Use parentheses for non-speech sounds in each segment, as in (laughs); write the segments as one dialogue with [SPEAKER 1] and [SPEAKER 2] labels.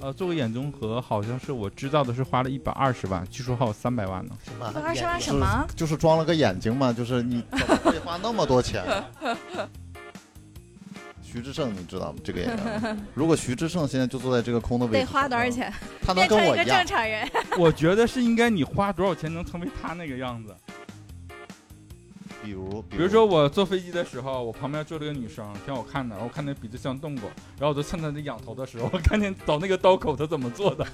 [SPEAKER 1] 呃，做个眼综合，好像是我知道的是花了一百二十万，据说还有三百万呢。
[SPEAKER 2] 啊
[SPEAKER 3] 二十万
[SPEAKER 2] 眼
[SPEAKER 3] 什么？
[SPEAKER 2] 就是装了个眼睛嘛，就是你怎么会花那么多钱
[SPEAKER 3] (laughs)
[SPEAKER 2] 啊？徐志胜，你知道吗？这个演员，如果徐志胜现在就坐在这个空的位
[SPEAKER 3] 得
[SPEAKER 2] 置，
[SPEAKER 3] 花多少？钱
[SPEAKER 2] 嗯他
[SPEAKER 3] 变
[SPEAKER 2] 能跟
[SPEAKER 3] 成一
[SPEAKER 2] 我
[SPEAKER 3] 个
[SPEAKER 2] 一样
[SPEAKER 3] 正，常人？ (laughs)
[SPEAKER 1] 我觉得是应该你花多少钱能成为他那个样子。
[SPEAKER 2] 比如，比
[SPEAKER 1] 比如说，我坐飞机的时候，我旁边坐了个女生，挺好看的，然后我看她鼻子像动过，然后我就趁她在仰头的时候，我看见找那个刀口她怎么做的。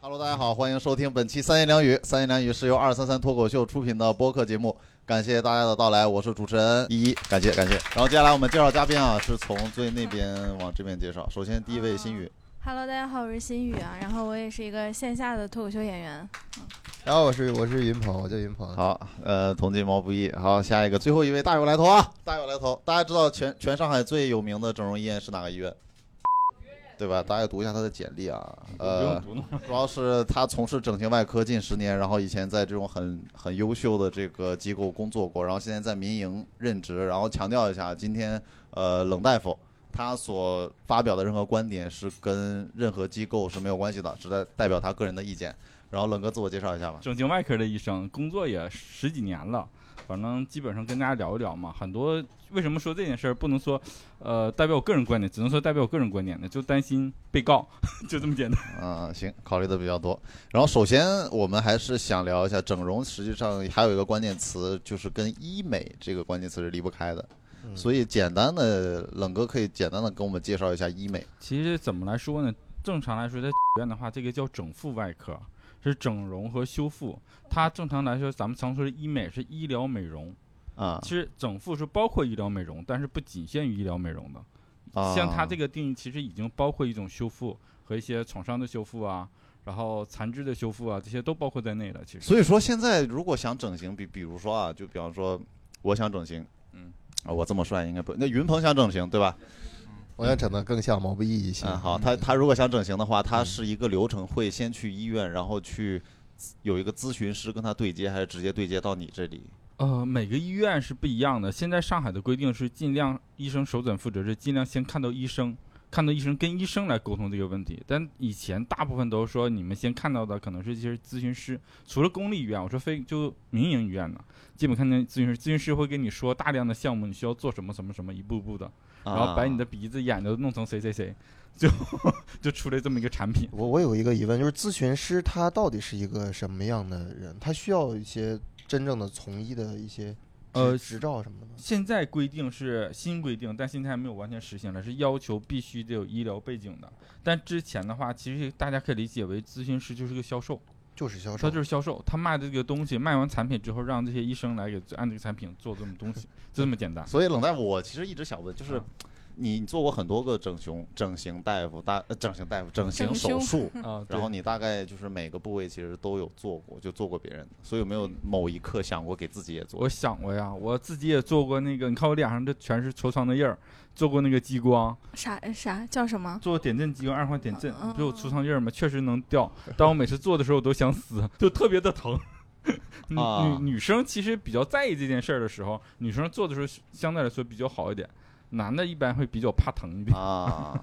[SPEAKER 2] Hello，大家好，欢迎收听本期三言两语。三言两语是由二三三脱口秀出品的播客节目，感谢大家的到来，我是主持人依依，感谢感谢。然后接下来我们介绍嘉宾啊，是从最那边往这边介绍。首先第一位新宇，
[SPEAKER 3] Hello，大家好，我是心雨啊，然后我也是一个线下的脱口秀演员。
[SPEAKER 4] 然后我是我是云鹏，我叫云鹏。
[SPEAKER 2] 好，呃，同济毛不易。好，下一个最后一位大有来头啊，大有来头。大家知道全全上海最有名的整容医院是哪个医院？对吧？大家读一下他的简历啊，
[SPEAKER 1] 不用
[SPEAKER 2] 呃，
[SPEAKER 1] 读那么
[SPEAKER 2] 主要是他从事整形外科近十年，然后以前在这种很很优秀的这个机构工作过，然后现在在民营任职。然后强调一下，今天呃，冷大夫他所发表的任何观点是跟任何机构是没有关系的，只代代表他个人的意见。然后冷哥自我介绍一下吧。
[SPEAKER 1] 整形外科的医生，工作也十几年了，反正基本上跟大家聊一聊嘛。很多为什么说这件事儿不能说，呃，代表我个人观点，只能说代表我个人观点呢，就担心被告， (laughs) 就这么简单。
[SPEAKER 2] 嗯，行，考虑的比较多。然后首先我们还是想聊一下整容，实际上还有一个关键词就是跟医美这个关键词是离不开的。
[SPEAKER 4] 嗯
[SPEAKER 2] 所以简单的冷哥可以简单的跟我们介绍一下医美。
[SPEAKER 1] 其实怎么来说呢？正常来说，在院的话，这个叫整复外科，是整容和修复。它正常来说，咱们常说的医美是医疗美容，
[SPEAKER 2] 啊
[SPEAKER 1] 其实整复是包括医疗美容，但是不仅限于医疗美容的。
[SPEAKER 2] 啊！
[SPEAKER 1] 像它这个定义，其实已经包括一种修复和一些创伤的修复啊，然后残肢的修复啊，这些都包括在内了。其实，
[SPEAKER 2] 所以说现在如果想整形，比比如说啊，就比方说我想整形，
[SPEAKER 1] 嗯，
[SPEAKER 2] 啊，我这么帅应该不，那云鹏想整形对吧？
[SPEAKER 4] 我想整的更像毛不易一些。
[SPEAKER 1] 啊
[SPEAKER 2] 嗯，好，他他如果想整形的话，
[SPEAKER 1] 嗯
[SPEAKER 2] 他是一个流程，会先去医院，然后去有一个咨询师跟他对接，还是直接对接到你这里？
[SPEAKER 1] 呃，每个医院是不一样的。现在上海的规定是，尽量医生首诊负责是尽量先看到医生，看到医生跟医生来沟通这个问题。但以前大部分都说，你们先看到的可能是一些咨询师，除了公立医院，我说非就民营医院呢，基本看见咨询师，咨询师会跟你说大量的项目，你需要做什么什么什么，一步一步的。
[SPEAKER 2] 啊
[SPEAKER 1] 然后把你的鼻子、眼睛弄成谁谁谁，就 (laughs) 就出来这么一个产品。
[SPEAKER 4] 我我有一个疑问，就是咨询师他到底是一个什么样的人？他需要一些真正的从医的一些
[SPEAKER 1] 呃
[SPEAKER 4] 执执照什么的吗？
[SPEAKER 1] 现在规定是新规定，但现在还没有完全实行了，是要求必须得有医疗背景的。但之前的话，其实大家可以理解为咨询师就是个销售，
[SPEAKER 4] 就是销售
[SPEAKER 1] 他就。是销售，他卖的这个东西，卖完产品之后，让这些医生来给按这个产品做这么东 (laughs) 西，就这么简单。
[SPEAKER 2] 所以冷大夫，我其实一直想问，就是
[SPEAKER 1] 啊
[SPEAKER 2] 你你做过很多个整形整形大夫大呃整形大夫整形
[SPEAKER 3] 整
[SPEAKER 2] 手
[SPEAKER 3] 胸
[SPEAKER 2] 术，
[SPEAKER 1] 啊，
[SPEAKER 2] 然后你大概就是每个部位其实都有做过，就做过别人的，所以有没有某一刻想过给自己也做？
[SPEAKER 1] 我想过呀，我自己也做过那个，你看我脸上这全是痤疮的印儿，做过那个激光，
[SPEAKER 3] 啥啥叫什么？
[SPEAKER 1] 做点阵激光，二环点阵，
[SPEAKER 3] 嗯
[SPEAKER 1] 你不是有痤疮印儿吗？确实能掉，但我每次做的时候我都想死，
[SPEAKER 2] (laughs)
[SPEAKER 1] 就特别的疼。女
[SPEAKER 2] 啊
[SPEAKER 1] 女女生其实比较在意这件事儿的时候，女生做的时候相对来说比较好一点，男的一般会比较怕疼一
[SPEAKER 2] (laughs)
[SPEAKER 1] 点。
[SPEAKER 2] 啊，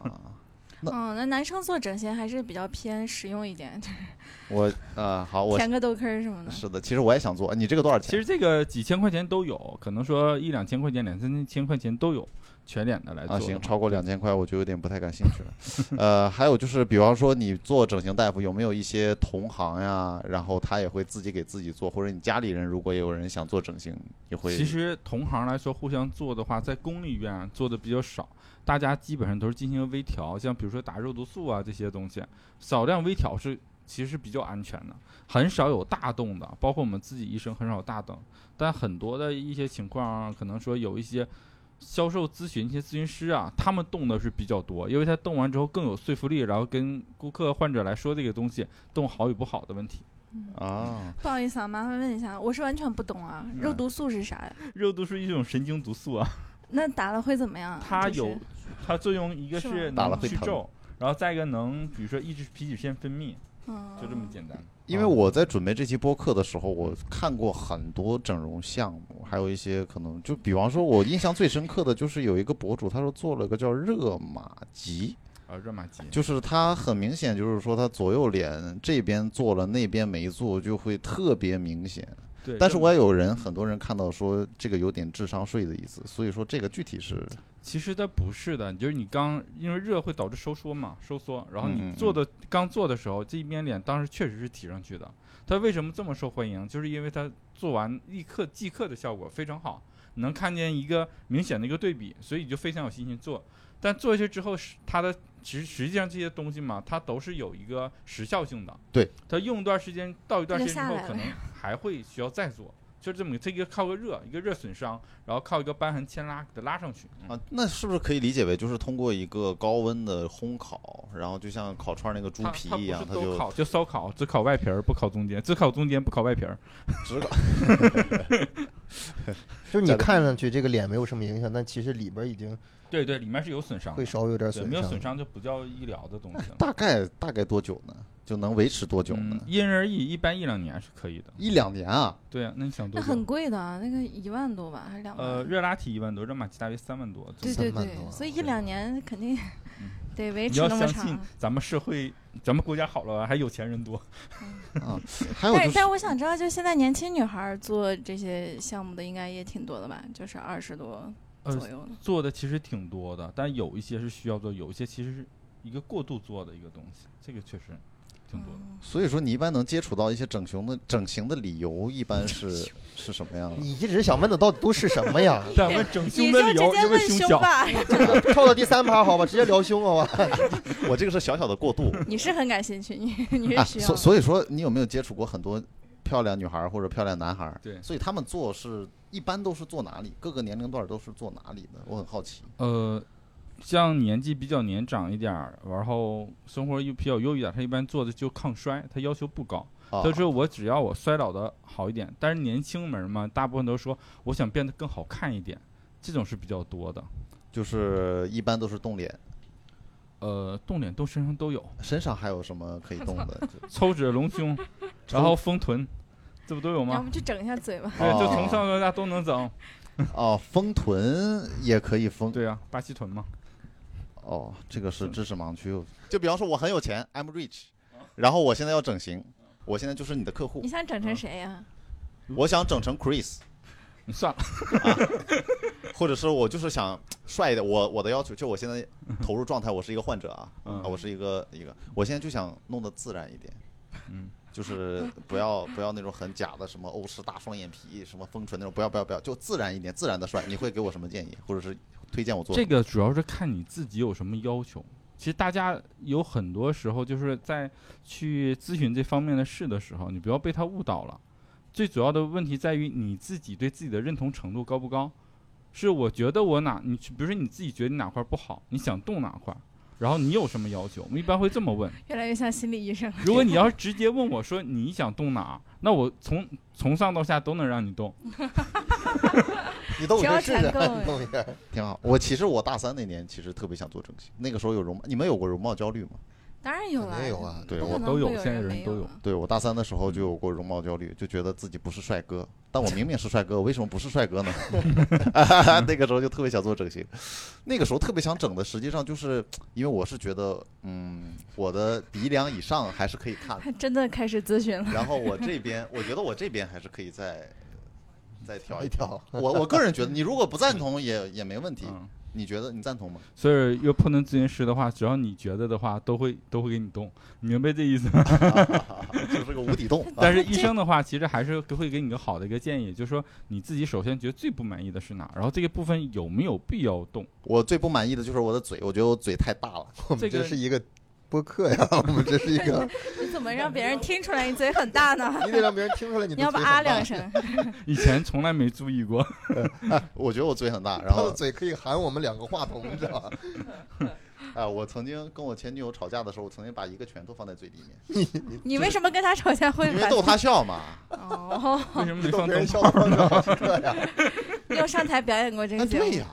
[SPEAKER 3] 嗯，那男生做整形还是比较偏实用一点，就是
[SPEAKER 2] 我啊好，我
[SPEAKER 3] 填个痘坑儿什么的。
[SPEAKER 2] 是的，其实我也想做。啊你这个多少
[SPEAKER 1] 其
[SPEAKER 2] 钱？
[SPEAKER 1] 实这个几千块钱都有，可能说一两千块钱、两三千块钱都有，全脸的来做
[SPEAKER 2] 啊，
[SPEAKER 1] 的话。
[SPEAKER 2] 行，超过两千块我就有点不太感兴趣了。呃，还有就是，比方说你做整形大夫，有没有一些同行呀？然后他也会自己给自己做，或者你家里人如果也有人想做整形，也会
[SPEAKER 1] 其实同行来说，互相做的话，在公立医院做的比较少，大家基本上都是进行微调，像比如说打肉毒素啊这些东西，少量微调是其实是比较安全的，很少有大动的，包括我们自己医生很少有大动，但很多的一些情况啊、可能说有一些。销售咨询一些咨询师啊，他们动的是比较多，因为他动完之后更有说服力，然后跟顾客患者来说这个东西动好与不好的问 (laughs) 题。
[SPEAKER 2] 啊，
[SPEAKER 3] 嗯不好意思啊，麻烦问一下，我是完全不懂啊，
[SPEAKER 2] 嗯
[SPEAKER 3] 肉毒素是啥呀？
[SPEAKER 1] 肉毒是一种神经毒素啊，
[SPEAKER 3] 那打了会怎么样啊？
[SPEAKER 1] 它
[SPEAKER 3] 就是
[SPEAKER 1] 有它作用一个
[SPEAKER 3] 是
[SPEAKER 1] 是
[SPEAKER 3] 吗
[SPEAKER 2] 打了
[SPEAKER 1] 能
[SPEAKER 2] 会
[SPEAKER 1] 去
[SPEAKER 2] 疼
[SPEAKER 1] 皱，然后再一个能比如说抑制皮脂腺分泌，
[SPEAKER 3] 嗯，
[SPEAKER 1] 就这么简单。
[SPEAKER 2] 因为我在准备这期播客的时候，我看过很多整容项目，还有一些可能就比方说，我印象最深刻的就是有一个博主，他说做了个叫热玛吉，
[SPEAKER 1] 啊，热玛吉，
[SPEAKER 2] 就是他很明显就是说他左右脸这边做了，那边没做，就会特别明显。
[SPEAKER 1] 对，
[SPEAKER 2] 但是
[SPEAKER 1] 热玛
[SPEAKER 2] 我也有人很多人看到说这个有点智商税的意思，所以说这个具体是
[SPEAKER 1] 其实它不是的，就是你刚因为热会导致收缩嘛，收缩，然后
[SPEAKER 2] 嗯嗯
[SPEAKER 1] 你
[SPEAKER 2] 嗯
[SPEAKER 1] 做的、刚做的时候，这一边脸当时确实是提上去的。它为什么这么受欢迎？就是因为它做完立刻即刻的效果非常好，你能看见一个明显的一个对比，所以你就非常有信心做。但做下去之后，是它的实实际上这些东西嘛，它都是有一个时效性的。
[SPEAKER 2] 对，
[SPEAKER 1] 它用一段时间到一段时间之
[SPEAKER 3] 就
[SPEAKER 1] 后
[SPEAKER 3] 下来，了
[SPEAKER 1] 可能还会需要再做。就这么一个，这个靠个热，一个热损伤，然后靠一个瘢痕牵拉给它拉上去。嗯
[SPEAKER 2] 啊，那是不是可以理解为就是通过一个高温的烘烤，然后就像烤串那个猪
[SPEAKER 1] 它
[SPEAKER 2] 皮
[SPEAKER 1] 它不
[SPEAKER 2] 一
[SPEAKER 1] 是
[SPEAKER 2] 样，它
[SPEAKER 1] 都
[SPEAKER 2] 就
[SPEAKER 1] 烤就烧烤，只烤外皮儿，不烤中间，只烤中间不烤外皮儿。
[SPEAKER 2] 只烤。
[SPEAKER 4] 就是
[SPEAKER 2] 假
[SPEAKER 4] 你
[SPEAKER 2] 的
[SPEAKER 4] 看上去这个脸没有什么影响，但其实里边儿已经
[SPEAKER 1] 对对，里面是有损伤的，
[SPEAKER 4] 会稍微有点
[SPEAKER 1] 对，
[SPEAKER 4] 损
[SPEAKER 1] 没有
[SPEAKER 4] 伤。
[SPEAKER 1] 损伤就不叫医疗的东西了。
[SPEAKER 2] 大概大概多久呢？就能维持多久呢
[SPEAKER 1] 嗯？，因人而异，一般一两年是可以的。
[SPEAKER 2] 一两年啊，
[SPEAKER 1] 对啊，那你想
[SPEAKER 3] 那
[SPEAKER 1] 多
[SPEAKER 3] 很
[SPEAKER 1] 久？
[SPEAKER 3] 贵的啊，那个一万多吧，还是两万？
[SPEAKER 1] 呃，热拉提一万多，热玛吉大约三万多。
[SPEAKER 3] 对
[SPEAKER 4] 三
[SPEAKER 3] 对
[SPEAKER 4] 万
[SPEAKER 3] 对
[SPEAKER 2] 啊
[SPEAKER 4] 多，
[SPEAKER 3] 所以一
[SPEAKER 4] 对
[SPEAKER 3] 两年肯定
[SPEAKER 2] 嗯
[SPEAKER 3] 得维
[SPEAKER 1] 你
[SPEAKER 3] 持
[SPEAKER 1] 要
[SPEAKER 3] 那么
[SPEAKER 1] 相信
[SPEAKER 3] 长。啊
[SPEAKER 1] 咱们社会，咱们国家好了，还有钱人
[SPEAKER 3] (laughs)
[SPEAKER 1] 多。
[SPEAKER 2] (laughs) 啊，
[SPEAKER 1] 哎
[SPEAKER 2] 还有
[SPEAKER 3] 但
[SPEAKER 2] 就是是
[SPEAKER 3] 但我想知道，就现在年轻女孩儿做这些项目的应该也挺多的吧？就是二十多
[SPEAKER 1] 呃
[SPEAKER 3] 左，右的。
[SPEAKER 1] 做的其实挺多的，但有一些是需要做，有一些其实是一个过度做的一个东西，这个确实挺多的。
[SPEAKER 3] 嗯
[SPEAKER 2] 所以说你一般能接触到一些整形的整形的理由，一般是是什么样的？
[SPEAKER 4] 你一直想问的到底都是什
[SPEAKER 1] (laughs)
[SPEAKER 4] 么呀？
[SPEAKER 1] 咱们整胸
[SPEAKER 3] 你
[SPEAKER 1] 的
[SPEAKER 3] 就
[SPEAKER 1] 理由
[SPEAKER 3] 直接
[SPEAKER 1] 因为
[SPEAKER 3] 问
[SPEAKER 1] 胸
[SPEAKER 3] 胸
[SPEAKER 1] 小。 (laughs)
[SPEAKER 3] 吧，
[SPEAKER 4] 跳到第三趴好吧，直接聊胸好吧？
[SPEAKER 2] 我这个是小小的过渡
[SPEAKER 3] (laughs) 你是很感兴
[SPEAKER 1] (laughs)
[SPEAKER 3] 趣，你你
[SPEAKER 2] 啊，
[SPEAKER 3] 是需要
[SPEAKER 2] 所
[SPEAKER 3] 的。
[SPEAKER 2] 所以说你有没有接触过很多漂亮女孩儿或者漂亮男孩儿？
[SPEAKER 1] 对
[SPEAKER 2] 所以他们做是一般都是做哪里？各个年龄段都是做哪里的？我很好奇。
[SPEAKER 1] 呃，像年纪比较年长一点儿，然后生活又比较优越一点儿，他一般做的就抗衰，他要求不高。
[SPEAKER 2] 啊
[SPEAKER 1] 他，说我只要我衰老的好一点，但是年轻人嘛，大部分都说我想变得更好看一点，这种是比较多的。
[SPEAKER 2] 就是一般都是动脸，
[SPEAKER 1] 呃，动脸、动身上都有，
[SPEAKER 2] 身上还有什么可以动的？
[SPEAKER 1] 抽脂、隆胸，然后丰臀，这不都有
[SPEAKER 3] 要
[SPEAKER 1] 吗？
[SPEAKER 3] 不就整一下嘴吧，
[SPEAKER 1] 对，就从
[SPEAKER 2] 哦
[SPEAKER 1] 上到下都能整。
[SPEAKER 2] 哦，丰臀也可以丰。
[SPEAKER 1] 对啊，巴西臀嘛。
[SPEAKER 2] 哦，这个是
[SPEAKER 1] 嗯
[SPEAKER 2] 知识盲区。就比方说我很有钱，I'm rich，然后我现在要整形，我现在就是你的客户
[SPEAKER 3] 你，想整成
[SPEAKER 1] 嗯
[SPEAKER 3] 谁呀？
[SPEAKER 2] 我想整成 Chris，
[SPEAKER 1] 你算了，
[SPEAKER 2] 或者是我就是想帅一点。我我的要求就我现在投入状态，我是一个患者啊，
[SPEAKER 1] 嗯
[SPEAKER 2] 啊我是一个一个，我现在就想弄得自然一点。
[SPEAKER 1] 嗯，
[SPEAKER 2] 就是不要不要那种很假的什么欧式大双眼皮、什么丰唇那种，不要不要不要，就自然一点，自然的帅。你会给我什么建议，或者是推荐我做什
[SPEAKER 1] 这
[SPEAKER 2] 么？
[SPEAKER 1] 个主要是看你自己有什么要求。其实大家有很多时候就是在去咨询这方面的事的时候，你不要被他误导了。最主要的问题在于你自己对自己的认同程度高不高。是我觉得我哪，你去比如说你自己觉得你哪块儿不好，你想动哪块儿，然后你有什么要求？我们一般会这么问。
[SPEAKER 3] 越来越像心理医生。
[SPEAKER 1] 如果你要是直接问我说你想动哪儿，那我从从上到下都能让你动。
[SPEAKER 4] 你动一下
[SPEAKER 3] 只
[SPEAKER 4] 试
[SPEAKER 3] 要
[SPEAKER 4] 试，
[SPEAKER 3] 钱
[SPEAKER 4] (laughs)
[SPEAKER 3] 够
[SPEAKER 4] 你动一下。
[SPEAKER 2] 挺好。我其实我大三那年其实特别想做整形，那个时候有容，你们有过容貌焦虑吗？
[SPEAKER 3] 当然有
[SPEAKER 4] 肯
[SPEAKER 3] 了，
[SPEAKER 4] 定有啊
[SPEAKER 2] 对
[SPEAKER 3] 不
[SPEAKER 2] 我
[SPEAKER 3] 可能
[SPEAKER 1] 都
[SPEAKER 3] 会
[SPEAKER 1] 有
[SPEAKER 3] 有
[SPEAKER 1] 现在
[SPEAKER 3] 人
[SPEAKER 1] 人
[SPEAKER 3] 没
[SPEAKER 1] 都
[SPEAKER 3] 有
[SPEAKER 1] 有
[SPEAKER 3] 啊。
[SPEAKER 2] 对我大三的时候就有过容貌焦虑，就觉得自己不是帅哥，但我明明是帅哥，为什么不是帅哥呢？ (laughs) 那个时候就特别想做整形，那个时候特别想整的，实际上就是因为我是觉得，嗯，我的鼻梁以上还是可以看的，
[SPEAKER 3] 他真的开始咨询
[SPEAKER 1] (laughs)
[SPEAKER 3] 了，
[SPEAKER 2] 然后我这边，我觉得我这边还是可以再再调一
[SPEAKER 4] 一
[SPEAKER 2] 调。
[SPEAKER 4] 跳，
[SPEAKER 2] 我我个人觉得，你如果不赞同也也没问题，
[SPEAKER 1] 嗯，
[SPEAKER 2] 你觉得你赞同吗？ (laughs)
[SPEAKER 1] 所以要碰到咨询师的话，只要你觉得的话，都会都会给你动，你明白这意思吗？
[SPEAKER 2] 就是个无底洞。啊
[SPEAKER 1] 但是医生的话，其实还是会给你个好的一个建议，就是说你自己首先觉得最不满意的是哪儿，然后这个部分有没有必要动？
[SPEAKER 2] 我最不满意的就是我的嘴，我觉得我嘴太大了。
[SPEAKER 4] 我们
[SPEAKER 1] 这
[SPEAKER 4] 这
[SPEAKER 1] 个
[SPEAKER 4] 是一个播客呀，我们这是一
[SPEAKER 3] (laughs)
[SPEAKER 4] 个，
[SPEAKER 3] 你怎么让别人听出来你嘴很大呢？
[SPEAKER 4] 你得让别人听出来 (laughs) 你的
[SPEAKER 3] 你要不
[SPEAKER 4] 嘴
[SPEAKER 3] 啊
[SPEAKER 4] 很大
[SPEAKER 3] 两，声？
[SPEAKER 1] 以前从来没注意过，
[SPEAKER 3] (laughs)
[SPEAKER 2] 我觉得我嘴很大，然
[SPEAKER 4] 他的
[SPEAKER 2] 后
[SPEAKER 4] 嘴可以含我们两个话筒，你知道吧？
[SPEAKER 3] (laughs)
[SPEAKER 2] 啊、我曾经跟我前女友吵架的时候，我曾经把一个拳头放在嘴里面，
[SPEAKER 3] 你为什么跟他吵架会
[SPEAKER 2] 因为
[SPEAKER 3] 把
[SPEAKER 2] 逗她
[SPEAKER 3] (laughs)
[SPEAKER 2] 笑嘛。
[SPEAKER 3] 哦，
[SPEAKER 1] 为什么没
[SPEAKER 4] 逗
[SPEAKER 1] 放灯
[SPEAKER 4] 别人
[SPEAKER 1] 泡？
[SPEAKER 4] 笑的方式好奇特呀！
[SPEAKER 3] 你有上台表演过这
[SPEAKER 2] 啊，
[SPEAKER 3] 个节目？
[SPEAKER 2] 对呀、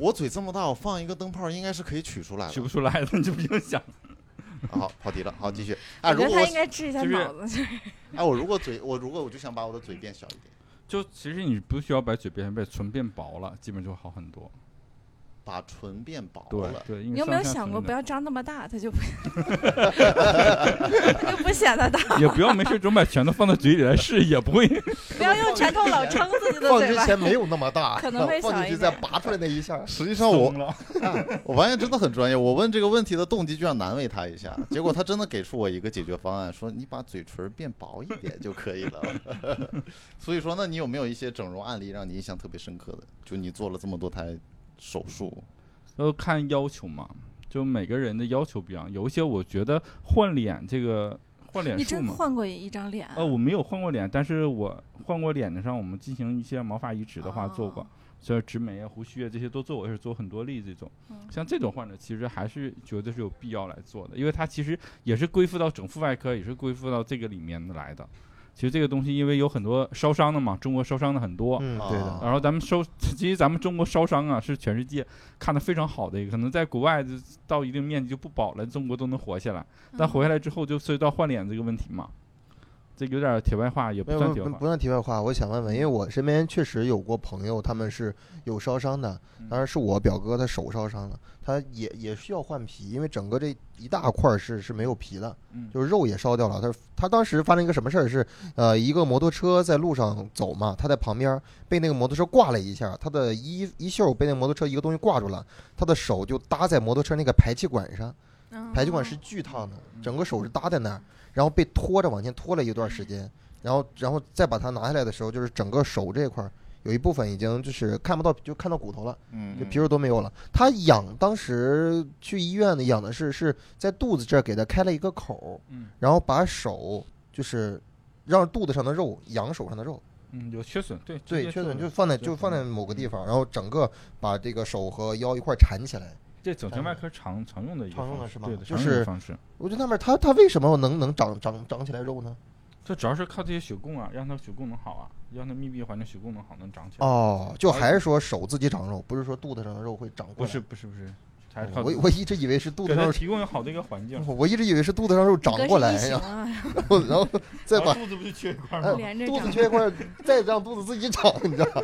[SPEAKER 2] 我嘴这么大，我放一个灯泡应该是可以取出来
[SPEAKER 1] 取
[SPEAKER 2] 的。
[SPEAKER 1] 不出来的，你就不用想。
[SPEAKER 2] 好，跑题了，好继续。啊，
[SPEAKER 3] 嗯我
[SPEAKER 2] 如
[SPEAKER 3] 觉得
[SPEAKER 2] 果
[SPEAKER 3] 他应
[SPEAKER 2] 我
[SPEAKER 3] 该治一下
[SPEAKER 1] 就是
[SPEAKER 3] 脑子，就是
[SPEAKER 2] 哎，我如果嘴我如果我就想把我的嘴变小一点，
[SPEAKER 1] 就其实你不需要把嘴变变唇变薄了，基本就好很多。
[SPEAKER 2] 把唇变薄
[SPEAKER 1] 对
[SPEAKER 2] 了。
[SPEAKER 1] 对，因为
[SPEAKER 3] 你有没有
[SPEAKER 1] 上下
[SPEAKER 3] 想
[SPEAKER 1] 唇
[SPEAKER 3] 过
[SPEAKER 1] 的
[SPEAKER 3] 不要张那么大，
[SPEAKER 1] (laughs)
[SPEAKER 3] 他就不，他就不显得大，
[SPEAKER 1] 也不要没事总把拳头放在嘴里来试，也
[SPEAKER 3] (laughs)
[SPEAKER 1] 不会。
[SPEAKER 3] 不要用拳头老撑自己的
[SPEAKER 4] 放
[SPEAKER 3] 嘴
[SPEAKER 4] 之
[SPEAKER 3] 巴。
[SPEAKER 4] 前没有那么大，
[SPEAKER 3] (laughs) 可能
[SPEAKER 4] (laughs)
[SPEAKER 3] 会
[SPEAKER 4] 放进
[SPEAKER 3] 小
[SPEAKER 4] 去
[SPEAKER 3] 一
[SPEAKER 4] 再
[SPEAKER 3] 点
[SPEAKER 4] 拔出来那一下，
[SPEAKER 2] 实际上我
[SPEAKER 1] 松了
[SPEAKER 2] 我发现真的很专业。我问这个问题的动机就想难为他一下，结果他真的给出我一个解决方案，说你把嘴唇变薄一点就可以了。 (laughs) 所以说，那你有没有一些整容案例让你印象特别深刻的？就你做了这么多台手术，
[SPEAKER 1] 都看要求嘛，就每个人的要求不一样。有一些我觉得换脸这个换脸
[SPEAKER 3] 你
[SPEAKER 1] 术
[SPEAKER 3] 真
[SPEAKER 1] 嘛，
[SPEAKER 3] 换过一张脸啊？
[SPEAKER 1] 呃，我没有换过脸，但是我换过脸的上，我们进行一些毛发移植的话做过
[SPEAKER 3] 哦，
[SPEAKER 1] 像植眉啊、胡须啊这些都做过，而且做很多例这种
[SPEAKER 3] 嗯。
[SPEAKER 1] 像这种患者，其实还是觉得是有必要来做的，因为它其实也是归附到整复外科，也是归附到这个里面的来的。其实这个东西，因为有很多烧伤的嘛，中国烧伤的很多，
[SPEAKER 4] 嗯，对
[SPEAKER 2] 啊
[SPEAKER 4] 的，
[SPEAKER 1] 然后咱们收， (laughs) 其实咱们中国烧伤啊，是全世界看的非常好的一个，可能在国外就到一定面积就不保了，中国都能活下来。
[SPEAKER 3] 嗯
[SPEAKER 1] 但活下来之后，就涉及到换脸这个问题嘛，这个有点题外话，也不
[SPEAKER 4] 没有
[SPEAKER 1] 算
[SPEAKER 4] 没
[SPEAKER 1] 题
[SPEAKER 4] 有
[SPEAKER 1] 外
[SPEAKER 4] 不
[SPEAKER 1] 话。
[SPEAKER 4] 不算题外话，我想问问，因为我身边确实有过朋友，他们是有烧伤的，当然是我表哥他手烧伤了，他也也需要换皮，因为整个这一大块儿是是没有皮的，
[SPEAKER 1] 嗯
[SPEAKER 4] 就是肉也烧掉了。他他当时发生一个什么事儿是，呃，一个摩托车在路上走嘛，他在旁边儿被那个摩托车挂了一下，他的衣衣袖被那摩托车一个东西挂住了，他的手就搭在摩托车那个排气管上，
[SPEAKER 3] 嗯
[SPEAKER 4] 排气管是巨烫的，整个手是搭在那儿，然后被拖着往前拖了一段时间，然后然后再把它拿下来的时候，就是整个手这块儿有一部分已经就是看不到，就看到骨头了，
[SPEAKER 2] 嗯
[SPEAKER 4] 就皮肉都没有了。他养当时去医院的养的是是在肚子这儿给他开了一个口，
[SPEAKER 1] 嗯
[SPEAKER 4] 然后把手就是让肚子上的肉养手上的肉，
[SPEAKER 1] 嗯，有缺损，对
[SPEAKER 4] 对，嗯
[SPEAKER 1] 直接
[SPEAKER 4] 缺损
[SPEAKER 1] 做
[SPEAKER 4] 就放在
[SPEAKER 1] 直接
[SPEAKER 4] 就放在某个地方，然后整个把这个手和腰一块儿缠起来。
[SPEAKER 1] 这整形外科常常用的一个
[SPEAKER 4] 常用的
[SPEAKER 1] 方式
[SPEAKER 4] 是吧
[SPEAKER 1] 对的，
[SPEAKER 4] 就
[SPEAKER 1] 常用的
[SPEAKER 4] 是
[SPEAKER 1] 方式。
[SPEAKER 4] 我就纳闷儿，他他为什么能能长长长起来肉呢？
[SPEAKER 1] 这主要是靠这些血供啊，让它血供能好啊，让它密闭环境血供能好，能长起来。
[SPEAKER 4] 哦，就还是说手自己长肉，不是说肚子上的肉会长过
[SPEAKER 1] 不
[SPEAKER 4] 来
[SPEAKER 1] 是不是不是，还是靠
[SPEAKER 4] 哦我我一直以为是肚
[SPEAKER 1] 给
[SPEAKER 4] 子上
[SPEAKER 1] 它
[SPEAKER 4] 肉
[SPEAKER 1] 提供好的一个环
[SPEAKER 4] (laughs)
[SPEAKER 1] 境，
[SPEAKER 4] 我一直以为是肚子上肉长
[SPEAKER 3] 哥
[SPEAKER 4] 过
[SPEAKER 3] 是
[SPEAKER 4] 来
[SPEAKER 3] 异，形
[SPEAKER 4] 然 (laughs)
[SPEAKER 3] 啊，
[SPEAKER 4] 后
[SPEAKER 1] (laughs)
[SPEAKER 4] 然后再
[SPEAKER 1] 然后
[SPEAKER 4] 把
[SPEAKER 1] 啊肚子不就缺一块吗？
[SPEAKER 4] 哎
[SPEAKER 3] 连着
[SPEAKER 4] 肚子
[SPEAKER 3] 长。
[SPEAKER 4] 缺一
[SPEAKER 3] (laughs)
[SPEAKER 4] 块儿，再让肚子自己长，你知道吧？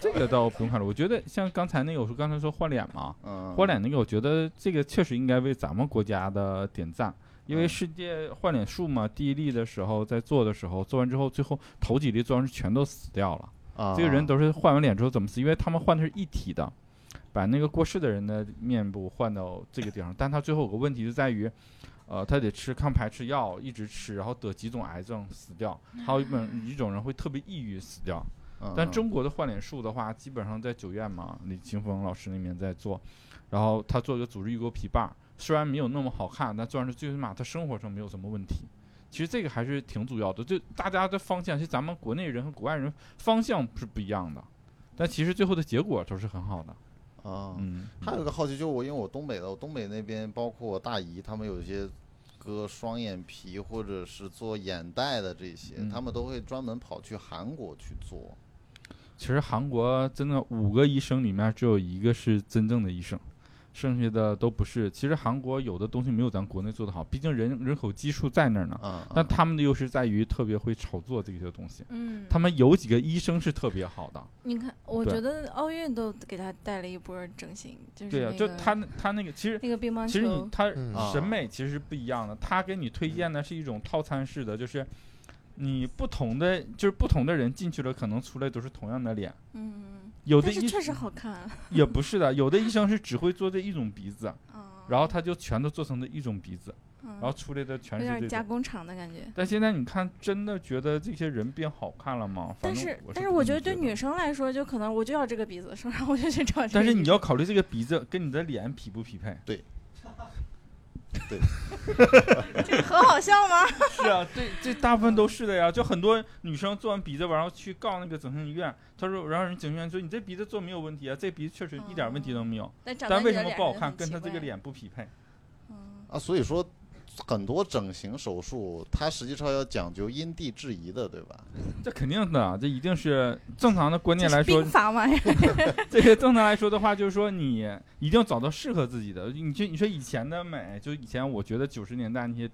[SPEAKER 1] 这个倒不用看了，我觉得像刚才那个，我说刚才说换脸嘛，
[SPEAKER 2] 嗯，
[SPEAKER 1] 换脸那个，我觉得这个确实应该为咱们国家的点赞，因为
[SPEAKER 2] 嗯
[SPEAKER 1] 世界换脸术嘛，第一例的时候在做的时候，做完之后最后头几例做完是全都死掉了。
[SPEAKER 2] 啊，
[SPEAKER 1] 这个人都是换完脸之后怎么死，因为他们换的是一体的，把那个过世的人的面部换到这个地方，但他最后有个问题就在于，呃，他得吃抗排斥药，一直吃，然后得几种癌症死掉，还有一本一种人会特别抑郁死掉。
[SPEAKER 2] 嗯，
[SPEAKER 1] 但中国的换脸术的话，基本上在九院嘛，李清峰老师那边在做，然后他做一个组织预沟皮瓣儿，虽然没有那么好看，但算是最起码他生活上没有什么问题。其实这个还是挺主要的，就大家的方向，其实咱们国内人和国外人方向是不一样的，但其实最后的结果都是很好的。
[SPEAKER 2] 啊，
[SPEAKER 1] 嗯，
[SPEAKER 2] 还有一个好奇就是我因为我东北的，我东北那边包括我大姨他们有一些割双眼皮或者是做眼袋的这些，
[SPEAKER 1] 嗯
[SPEAKER 2] 他们都会专门跑去韩国去做。
[SPEAKER 1] 其实韩国真的五个医生里面只有一个是真正的医生，剩下的都不是。其实韩国有的东西没有咱国内做得好，毕竟人人口基数在那儿呢。
[SPEAKER 2] 嗯，
[SPEAKER 1] 啊但
[SPEAKER 2] 嗯
[SPEAKER 1] 他们的优势在于特别会炒作这些东西。
[SPEAKER 3] 啊嗯，
[SPEAKER 1] 他们有几个医生是特别好的，
[SPEAKER 3] 你看，我
[SPEAKER 1] 对
[SPEAKER 3] 觉得奥运都给他带了一波整形，就是
[SPEAKER 1] 对呀、啊
[SPEAKER 3] 那
[SPEAKER 1] 就
[SPEAKER 3] 个
[SPEAKER 1] 他那他那个其实
[SPEAKER 3] 那个乒乓
[SPEAKER 1] 其实
[SPEAKER 3] 球
[SPEAKER 1] 你，他
[SPEAKER 4] 嗯
[SPEAKER 2] 啊
[SPEAKER 1] 审美其实不一样的，他给你推
[SPEAKER 3] 嗯
[SPEAKER 1] 荐的是一种套餐式的，就是你不同的就是不同的人进去了，可能出来都是同样的脸，
[SPEAKER 3] 嗯，嗯
[SPEAKER 1] 有的
[SPEAKER 3] 但是
[SPEAKER 1] 医
[SPEAKER 3] 确实好看，
[SPEAKER 1] 也不是的，有的医生是只会做这一种鼻子，
[SPEAKER 3] 啊，
[SPEAKER 1] (laughs) 然后他就全都做成这一种鼻子，
[SPEAKER 3] 嗯
[SPEAKER 1] 然后出来的全
[SPEAKER 3] 有
[SPEAKER 1] 是
[SPEAKER 3] 点
[SPEAKER 1] 这
[SPEAKER 3] 加
[SPEAKER 1] 种。
[SPEAKER 3] 工厂的感觉。
[SPEAKER 1] 但现在你看，真的觉得这些人变好看了吗？反
[SPEAKER 3] 但
[SPEAKER 1] 正
[SPEAKER 3] 是，
[SPEAKER 1] 我
[SPEAKER 3] 但
[SPEAKER 1] 是
[SPEAKER 3] 是
[SPEAKER 1] 不
[SPEAKER 3] 我
[SPEAKER 1] 这
[SPEAKER 3] 觉
[SPEAKER 1] 么
[SPEAKER 3] 得对女生来说，就可能我就要这个鼻子，是吧？我就去
[SPEAKER 1] (laughs)
[SPEAKER 3] 找这个鼻子。
[SPEAKER 1] 但是你要考虑这个鼻子跟你的脸匹不匹配。
[SPEAKER 3] 很好笑吗？
[SPEAKER 1] (laughs) 是啊，这这大部分都是的呀。就很多女生做完鼻子，然后去告那个整形医院，她说，然后人整形医院说你这鼻子做没有问题啊，这鼻子确实一点问题都没有，
[SPEAKER 3] 哦但长得
[SPEAKER 1] 但为
[SPEAKER 3] 你
[SPEAKER 1] 什么
[SPEAKER 3] 的脸
[SPEAKER 1] 不好
[SPEAKER 3] 就
[SPEAKER 1] 看？
[SPEAKER 3] 很
[SPEAKER 1] 跟
[SPEAKER 3] 奇啊
[SPEAKER 1] 她这个，
[SPEAKER 3] 怪
[SPEAKER 1] 脸不匹配。
[SPEAKER 3] 嗯
[SPEAKER 2] 啊，所以说很多整形手术，它实际上要讲究因地制宜的，对吧？
[SPEAKER 1] 这肯定的，啊这一定是正常的观
[SPEAKER 3] (laughs) 这
[SPEAKER 1] 念
[SPEAKER 3] 是
[SPEAKER 1] 来说
[SPEAKER 3] 兵，法嘛，
[SPEAKER 1] (laughs) 这个正常来说的话，就是说你一定要找到适合自己的。你就你说以前的美，就以前我觉得九十年代那些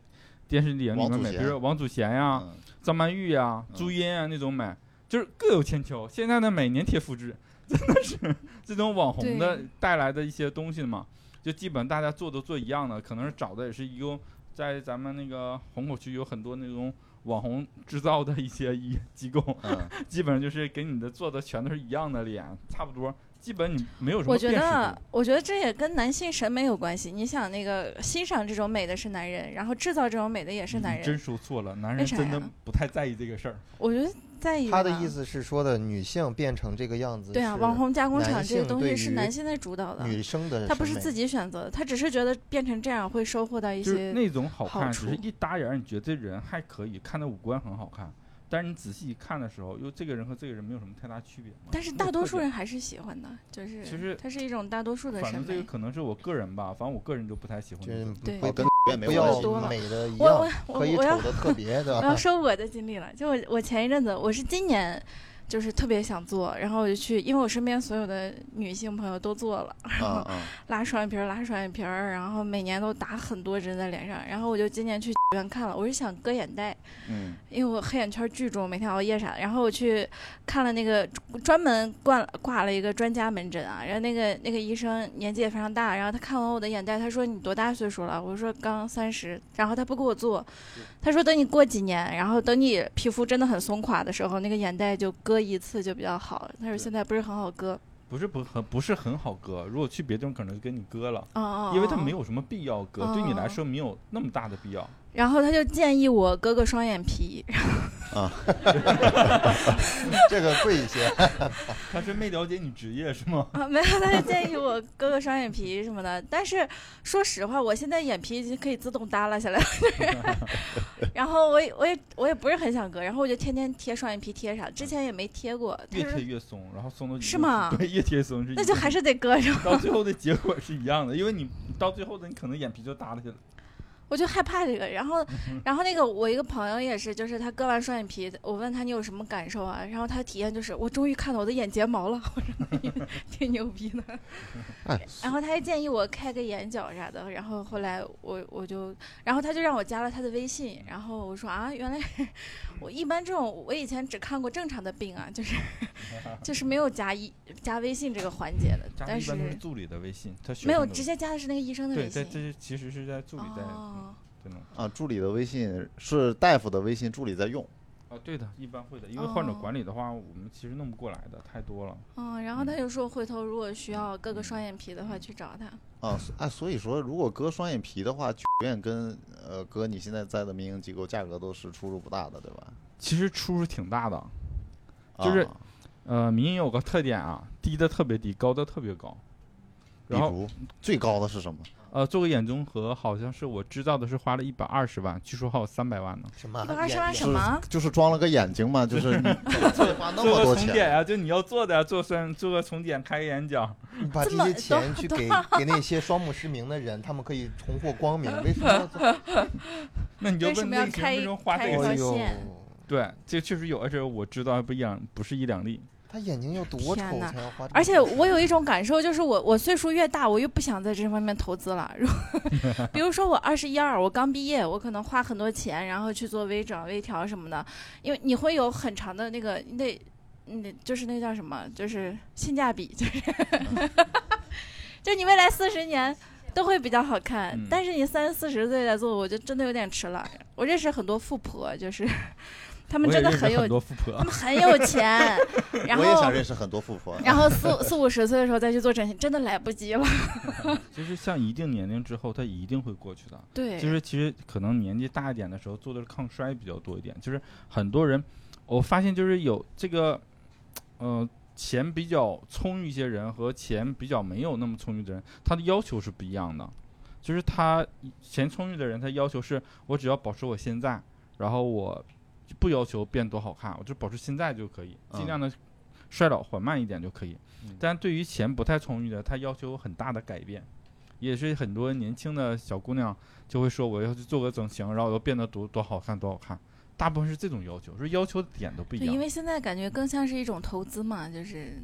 [SPEAKER 1] 电视里面
[SPEAKER 2] 王
[SPEAKER 1] 的
[SPEAKER 2] 祖
[SPEAKER 1] 美，比
[SPEAKER 2] 贤
[SPEAKER 1] 如说王祖贤呀、
[SPEAKER 2] 嗯，
[SPEAKER 1] 张曼玉呀、朱茵啊那种美，就是各有千秋。现在的美粘贴复制， (laughs) 真的是这种网红的
[SPEAKER 3] 对
[SPEAKER 1] 带来的一些东西嘛，就基本大家做都做一样的，可能是找的也是一个在咱们那个虹口区有很多那种网红制造的一些一机构， (laughs)
[SPEAKER 2] 嗯，
[SPEAKER 1] 基本上就是给你的做的全都是一样的脸，差不多，基本你没有什么
[SPEAKER 3] 我觉
[SPEAKER 1] 辨识
[SPEAKER 3] 得
[SPEAKER 1] 度。，
[SPEAKER 3] 我觉得这也跟男性审美有关系。你想，那个欣赏这种美的是男人，然后制造这种美的也是男
[SPEAKER 1] 你真
[SPEAKER 3] 人。
[SPEAKER 1] 说错了，男
[SPEAKER 3] 为
[SPEAKER 1] 人
[SPEAKER 3] 啥
[SPEAKER 1] 真的
[SPEAKER 3] 呀
[SPEAKER 1] 不太在意这个事儿。
[SPEAKER 3] 我觉得在意
[SPEAKER 4] 他的
[SPEAKER 3] 吧
[SPEAKER 4] 意，思是说的女性变成这个样子，
[SPEAKER 3] 对啊，网红加工
[SPEAKER 4] 男
[SPEAKER 3] 厂这个
[SPEAKER 4] 性
[SPEAKER 3] 东
[SPEAKER 4] 对
[SPEAKER 3] 西是男
[SPEAKER 4] 于
[SPEAKER 3] 性在主导的，
[SPEAKER 4] 女生的审美，
[SPEAKER 3] 他不是自己选择的，他只是觉得变成这样会收获到一
[SPEAKER 1] 就是
[SPEAKER 3] 些。
[SPEAKER 1] 那种好
[SPEAKER 3] 好
[SPEAKER 1] 看，只是
[SPEAKER 3] 处
[SPEAKER 1] 一搭眼儿，你觉得这人还可以，看他五官很好看，但是你仔细一看的时候，又这个人和这个人没有什么太大区别。
[SPEAKER 3] 但是
[SPEAKER 1] 没有
[SPEAKER 3] 大多
[SPEAKER 1] 特
[SPEAKER 3] 数
[SPEAKER 1] 点
[SPEAKER 3] 人还是喜欢的，就是
[SPEAKER 1] 其实
[SPEAKER 3] 它是一种大多数的
[SPEAKER 1] 反
[SPEAKER 3] 审
[SPEAKER 1] 正这个
[SPEAKER 3] 美。
[SPEAKER 1] 可能是我个人吧，反正我个人就不太喜欢
[SPEAKER 4] 就
[SPEAKER 1] 这
[SPEAKER 4] 是
[SPEAKER 1] 种。
[SPEAKER 3] 对
[SPEAKER 4] 不
[SPEAKER 2] 嗯跟也没
[SPEAKER 4] 不
[SPEAKER 2] 有关啊
[SPEAKER 4] 要
[SPEAKER 2] 系。
[SPEAKER 3] 多了
[SPEAKER 4] 美的一
[SPEAKER 3] 我我
[SPEAKER 4] 样，
[SPEAKER 3] 我
[SPEAKER 4] 可以
[SPEAKER 3] 我要
[SPEAKER 4] 丑的特
[SPEAKER 3] (laughs)
[SPEAKER 4] 别，对
[SPEAKER 3] 我要
[SPEAKER 4] 吧？
[SPEAKER 3] 说我的经历了，就我我前一阵子，我是今年就是特别想做，然后我就去，因为我身边所有的女性朋友都做了，
[SPEAKER 2] 嗯嗯，
[SPEAKER 3] 拉双眼皮儿，拉双眼皮儿，然后每年都打很多针在脸上，然后我就今年去院看了，我是想割眼袋，
[SPEAKER 2] 嗯，
[SPEAKER 3] 因为我黑眼圈巨重，每天熬夜啥的。然后我去看了那个专门挂挂了一个专家门诊啊，然后那个那个医生年纪也非常大，然后他看完我的眼袋，他说你多大岁数了？我说刚三十。然后他不给我做，
[SPEAKER 1] 嗯
[SPEAKER 3] 他说等你过几年，然后等你皮肤真的很松垮的时候，那个眼袋就割一次就比较好。他说现在不是很好割，
[SPEAKER 1] 不是不很不是很好割，如果去别地方可能就跟你割了，
[SPEAKER 3] 哦哦，
[SPEAKER 1] 因为它没
[SPEAKER 3] 有。
[SPEAKER 1] 有什么必要割，对你来
[SPEAKER 3] 哦
[SPEAKER 1] 说没有那么大的必要。
[SPEAKER 3] 然后他就建议我割个双眼皮，
[SPEAKER 4] (laughs) 这个贵一
[SPEAKER 3] (laughs)
[SPEAKER 4] 些，
[SPEAKER 1] 他是没了解你职业是吗？
[SPEAKER 3] 啊，没有，他就建议我割个双眼皮什么的。但是说实话，我现在眼皮已经可以自动耷拉下来了。 (laughs) 然后我也我也我也不是很想割，然后我就天天贴双眼皮贴啥，之前也没贴过。他
[SPEAKER 1] 越
[SPEAKER 3] 说
[SPEAKER 1] 贴越松，然后松的
[SPEAKER 3] 是
[SPEAKER 1] (laughs)
[SPEAKER 3] 吗
[SPEAKER 1] 对，越贴松是一
[SPEAKER 3] 那
[SPEAKER 1] 样的。
[SPEAKER 3] 就 (laughs) 还是得割着，
[SPEAKER 1] 到最后的结果是一样的，因为你你到最后的你可能眼皮就耷拉下来。
[SPEAKER 3] 我就害怕这个。然后
[SPEAKER 1] 嗯
[SPEAKER 3] 然后那个我一个朋友也是，就是他割完双眼皮，我问他你有什么感受啊？然后他体验就是我终于看到我的眼睫毛了， (laughs) 我说挺牛逼
[SPEAKER 1] (laughs)
[SPEAKER 3] 的。
[SPEAKER 4] 哎，
[SPEAKER 3] 然后他还建议我开个眼角啥的，然后后来我我就，然后他就让我加了他的微信，然后我说啊，原来
[SPEAKER 1] 嗯
[SPEAKER 3] 我一般这种我以前只看过正常的病啊，就是
[SPEAKER 1] (laughs)
[SPEAKER 3] 就是没有加一加微信这个环节的，
[SPEAKER 1] 加一
[SPEAKER 3] 但
[SPEAKER 1] 般都是
[SPEAKER 3] 是
[SPEAKER 1] 助理的微信，他学
[SPEAKER 3] 没有
[SPEAKER 1] 生的微
[SPEAKER 3] 直接加的是那个医生的
[SPEAKER 1] 对，
[SPEAKER 3] 微
[SPEAKER 1] 在
[SPEAKER 3] 信。
[SPEAKER 1] 这是其实是在助理在嗯
[SPEAKER 3] 哦，
[SPEAKER 1] 对弄
[SPEAKER 2] 啊，助理的微信是大夫的微信，助理在用。
[SPEAKER 1] 啊，对的，一般会的，因为患者
[SPEAKER 3] 哦
[SPEAKER 1] 管理的话，我们其实弄不过来的，太多了。
[SPEAKER 3] 嗯，然后他就说回头如果需要割个双眼皮的话去找他。
[SPEAKER 2] 啊，所啊，所以说，如果割双眼皮的话，九院跟呃割你现在在的民营机构价格都是出入不大的，对吧？
[SPEAKER 1] 其实出入挺大的，就是
[SPEAKER 2] 啊、
[SPEAKER 1] 呃，民营有个特点啊，低的特别低，高的特别高。
[SPEAKER 2] 比
[SPEAKER 1] 然后
[SPEAKER 2] 如最高的是什么？
[SPEAKER 1] 呃，做个眼综合，好像是我知道的是花了一百二十万，据说还有三百万呢。
[SPEAKER 4] 什么
[SPEAKER 3] 一百二十万
[SPEAKER 4] 眼
[SPEAKER 3] 什么？
[SPEAKER 2] 就是装了个眼睛嘛，就是
[SPEAKER 1] (laughs)
[SPEAKER 2] 你怎么会花那
[SPEAKER 1] 做
[SPEAKER 2] 么多
[SPEAKER 1] 个重点
[SPEAKER 2] 钱？
[SPEAKER 1] 啊，就你要做的呀、做双做个重点，开个眼角，
[SPEAKER 4] 你把这
[SPEAKER 3] 这么
[SPEAKER 4] 些钱
[SPEAKER 3] (laughs)
[SPEAKER 4] 去给给那些双目失明的人，他们可以重获光明，为什么要
[SPEAKER 3] (laughs)
[SPEAKER 4] 做？
[SPEAKER 1] 那你就
[SPEAKER 3] 为什
[SPEAKER 1] 问
[SPEAKER 3] 么
[SPEAKER 1] 那
[SPEAKER 3] 要
[SPEAKER 1] 个
[SPEAKER 3] 开
[SPEAKER 1] 为什么花
[SPEAKER 3] 开
[SPEAKER 1] 这
[SPEAKER 3] 一
[SPEAKER 1] 个
[SPEAKER 3] 条
[SPEAKER 4] 哎
[SPEAKER 1] 钱？
[SPEAKER 4] 呦，
[SPEAKER 3] 线
[SPEAKER 1] 对，这确实有，而且我知道不一两不是一两例。
[SPEAKER 4] 他眼睛要多
[SPEAKER 3] 天
[SPEAKER 4] 丑
[SPEAKER 3] 哪
[SPEAKER 4] 才要花这么多钱？
[SPEAKER 3] 而且我有一种感受，就是我我岁数越大，我越不想在这方面投资了。 (laughs) 如
[SPEAKER 1] (laughs)
[SPEAKER 3] 比如说我二十一二，我刚毕业，我可能花很多钱，然后去做微整、微调什么的，因为你会有很长的那个，你得，你得就是那个叫什么，就是性价比，就是， (laughs) 就你未来四十年。都会比较好看，
[SPEAKER 1] 嗯
[SPEAKER 3] 但是你三四十岁再做，我就真的有点迟了。我认识很多富婆，就是 (laughs) 他们
[SPEAKER 1] 我也
[SPEAKER 3] 真的
[SPEAKER 1] 认识
[SPEAKER 3] 很有，
[SPEAKER 1] 多富婆
[SPEAKER 3] 他，们很有钱，然后
[SPEAKER 2] 我也想认识很多富婆。
[SPEAKER 3] 然后四五四五十岁的时候再去做整形，真的来不及了。
[SPEAKER 1] (laughs) 就是像一定年龄之后，它一定会过去的。
[SPEAKER 3] 对
[SPEAKER 1] 就是其实可能年纪大一点的时候做的是抗衰比较多一点，就是很多人，我发现就是有这个，呃，钱比较充裕一些人和钱比较没有那么充裕的人，他的要求是不一样的。就是他钱充裕的人，他要求是我只要保持我现在，然后我不要求变多好看，我就保持现在就可以，尽
[SPEAKER 2] 嗯
[SPEAKER 1] 量的衰老缓慢一点就可以
[SPEAKER 2] 嗯。
[SPEAKER 1] 但对于钱不太充裕的，他要求有很大的改变。也是很多年轻的小姑娘就会说我要去做个整形，然后我要变得多多好看多好看，大部分是这种要求，说要求的点都不一
[SPEAKER 3] 对，
[SPEAKER 1] 样
[SPEAKER 3] 因。为现在感觉更像是一种投资嘛，就是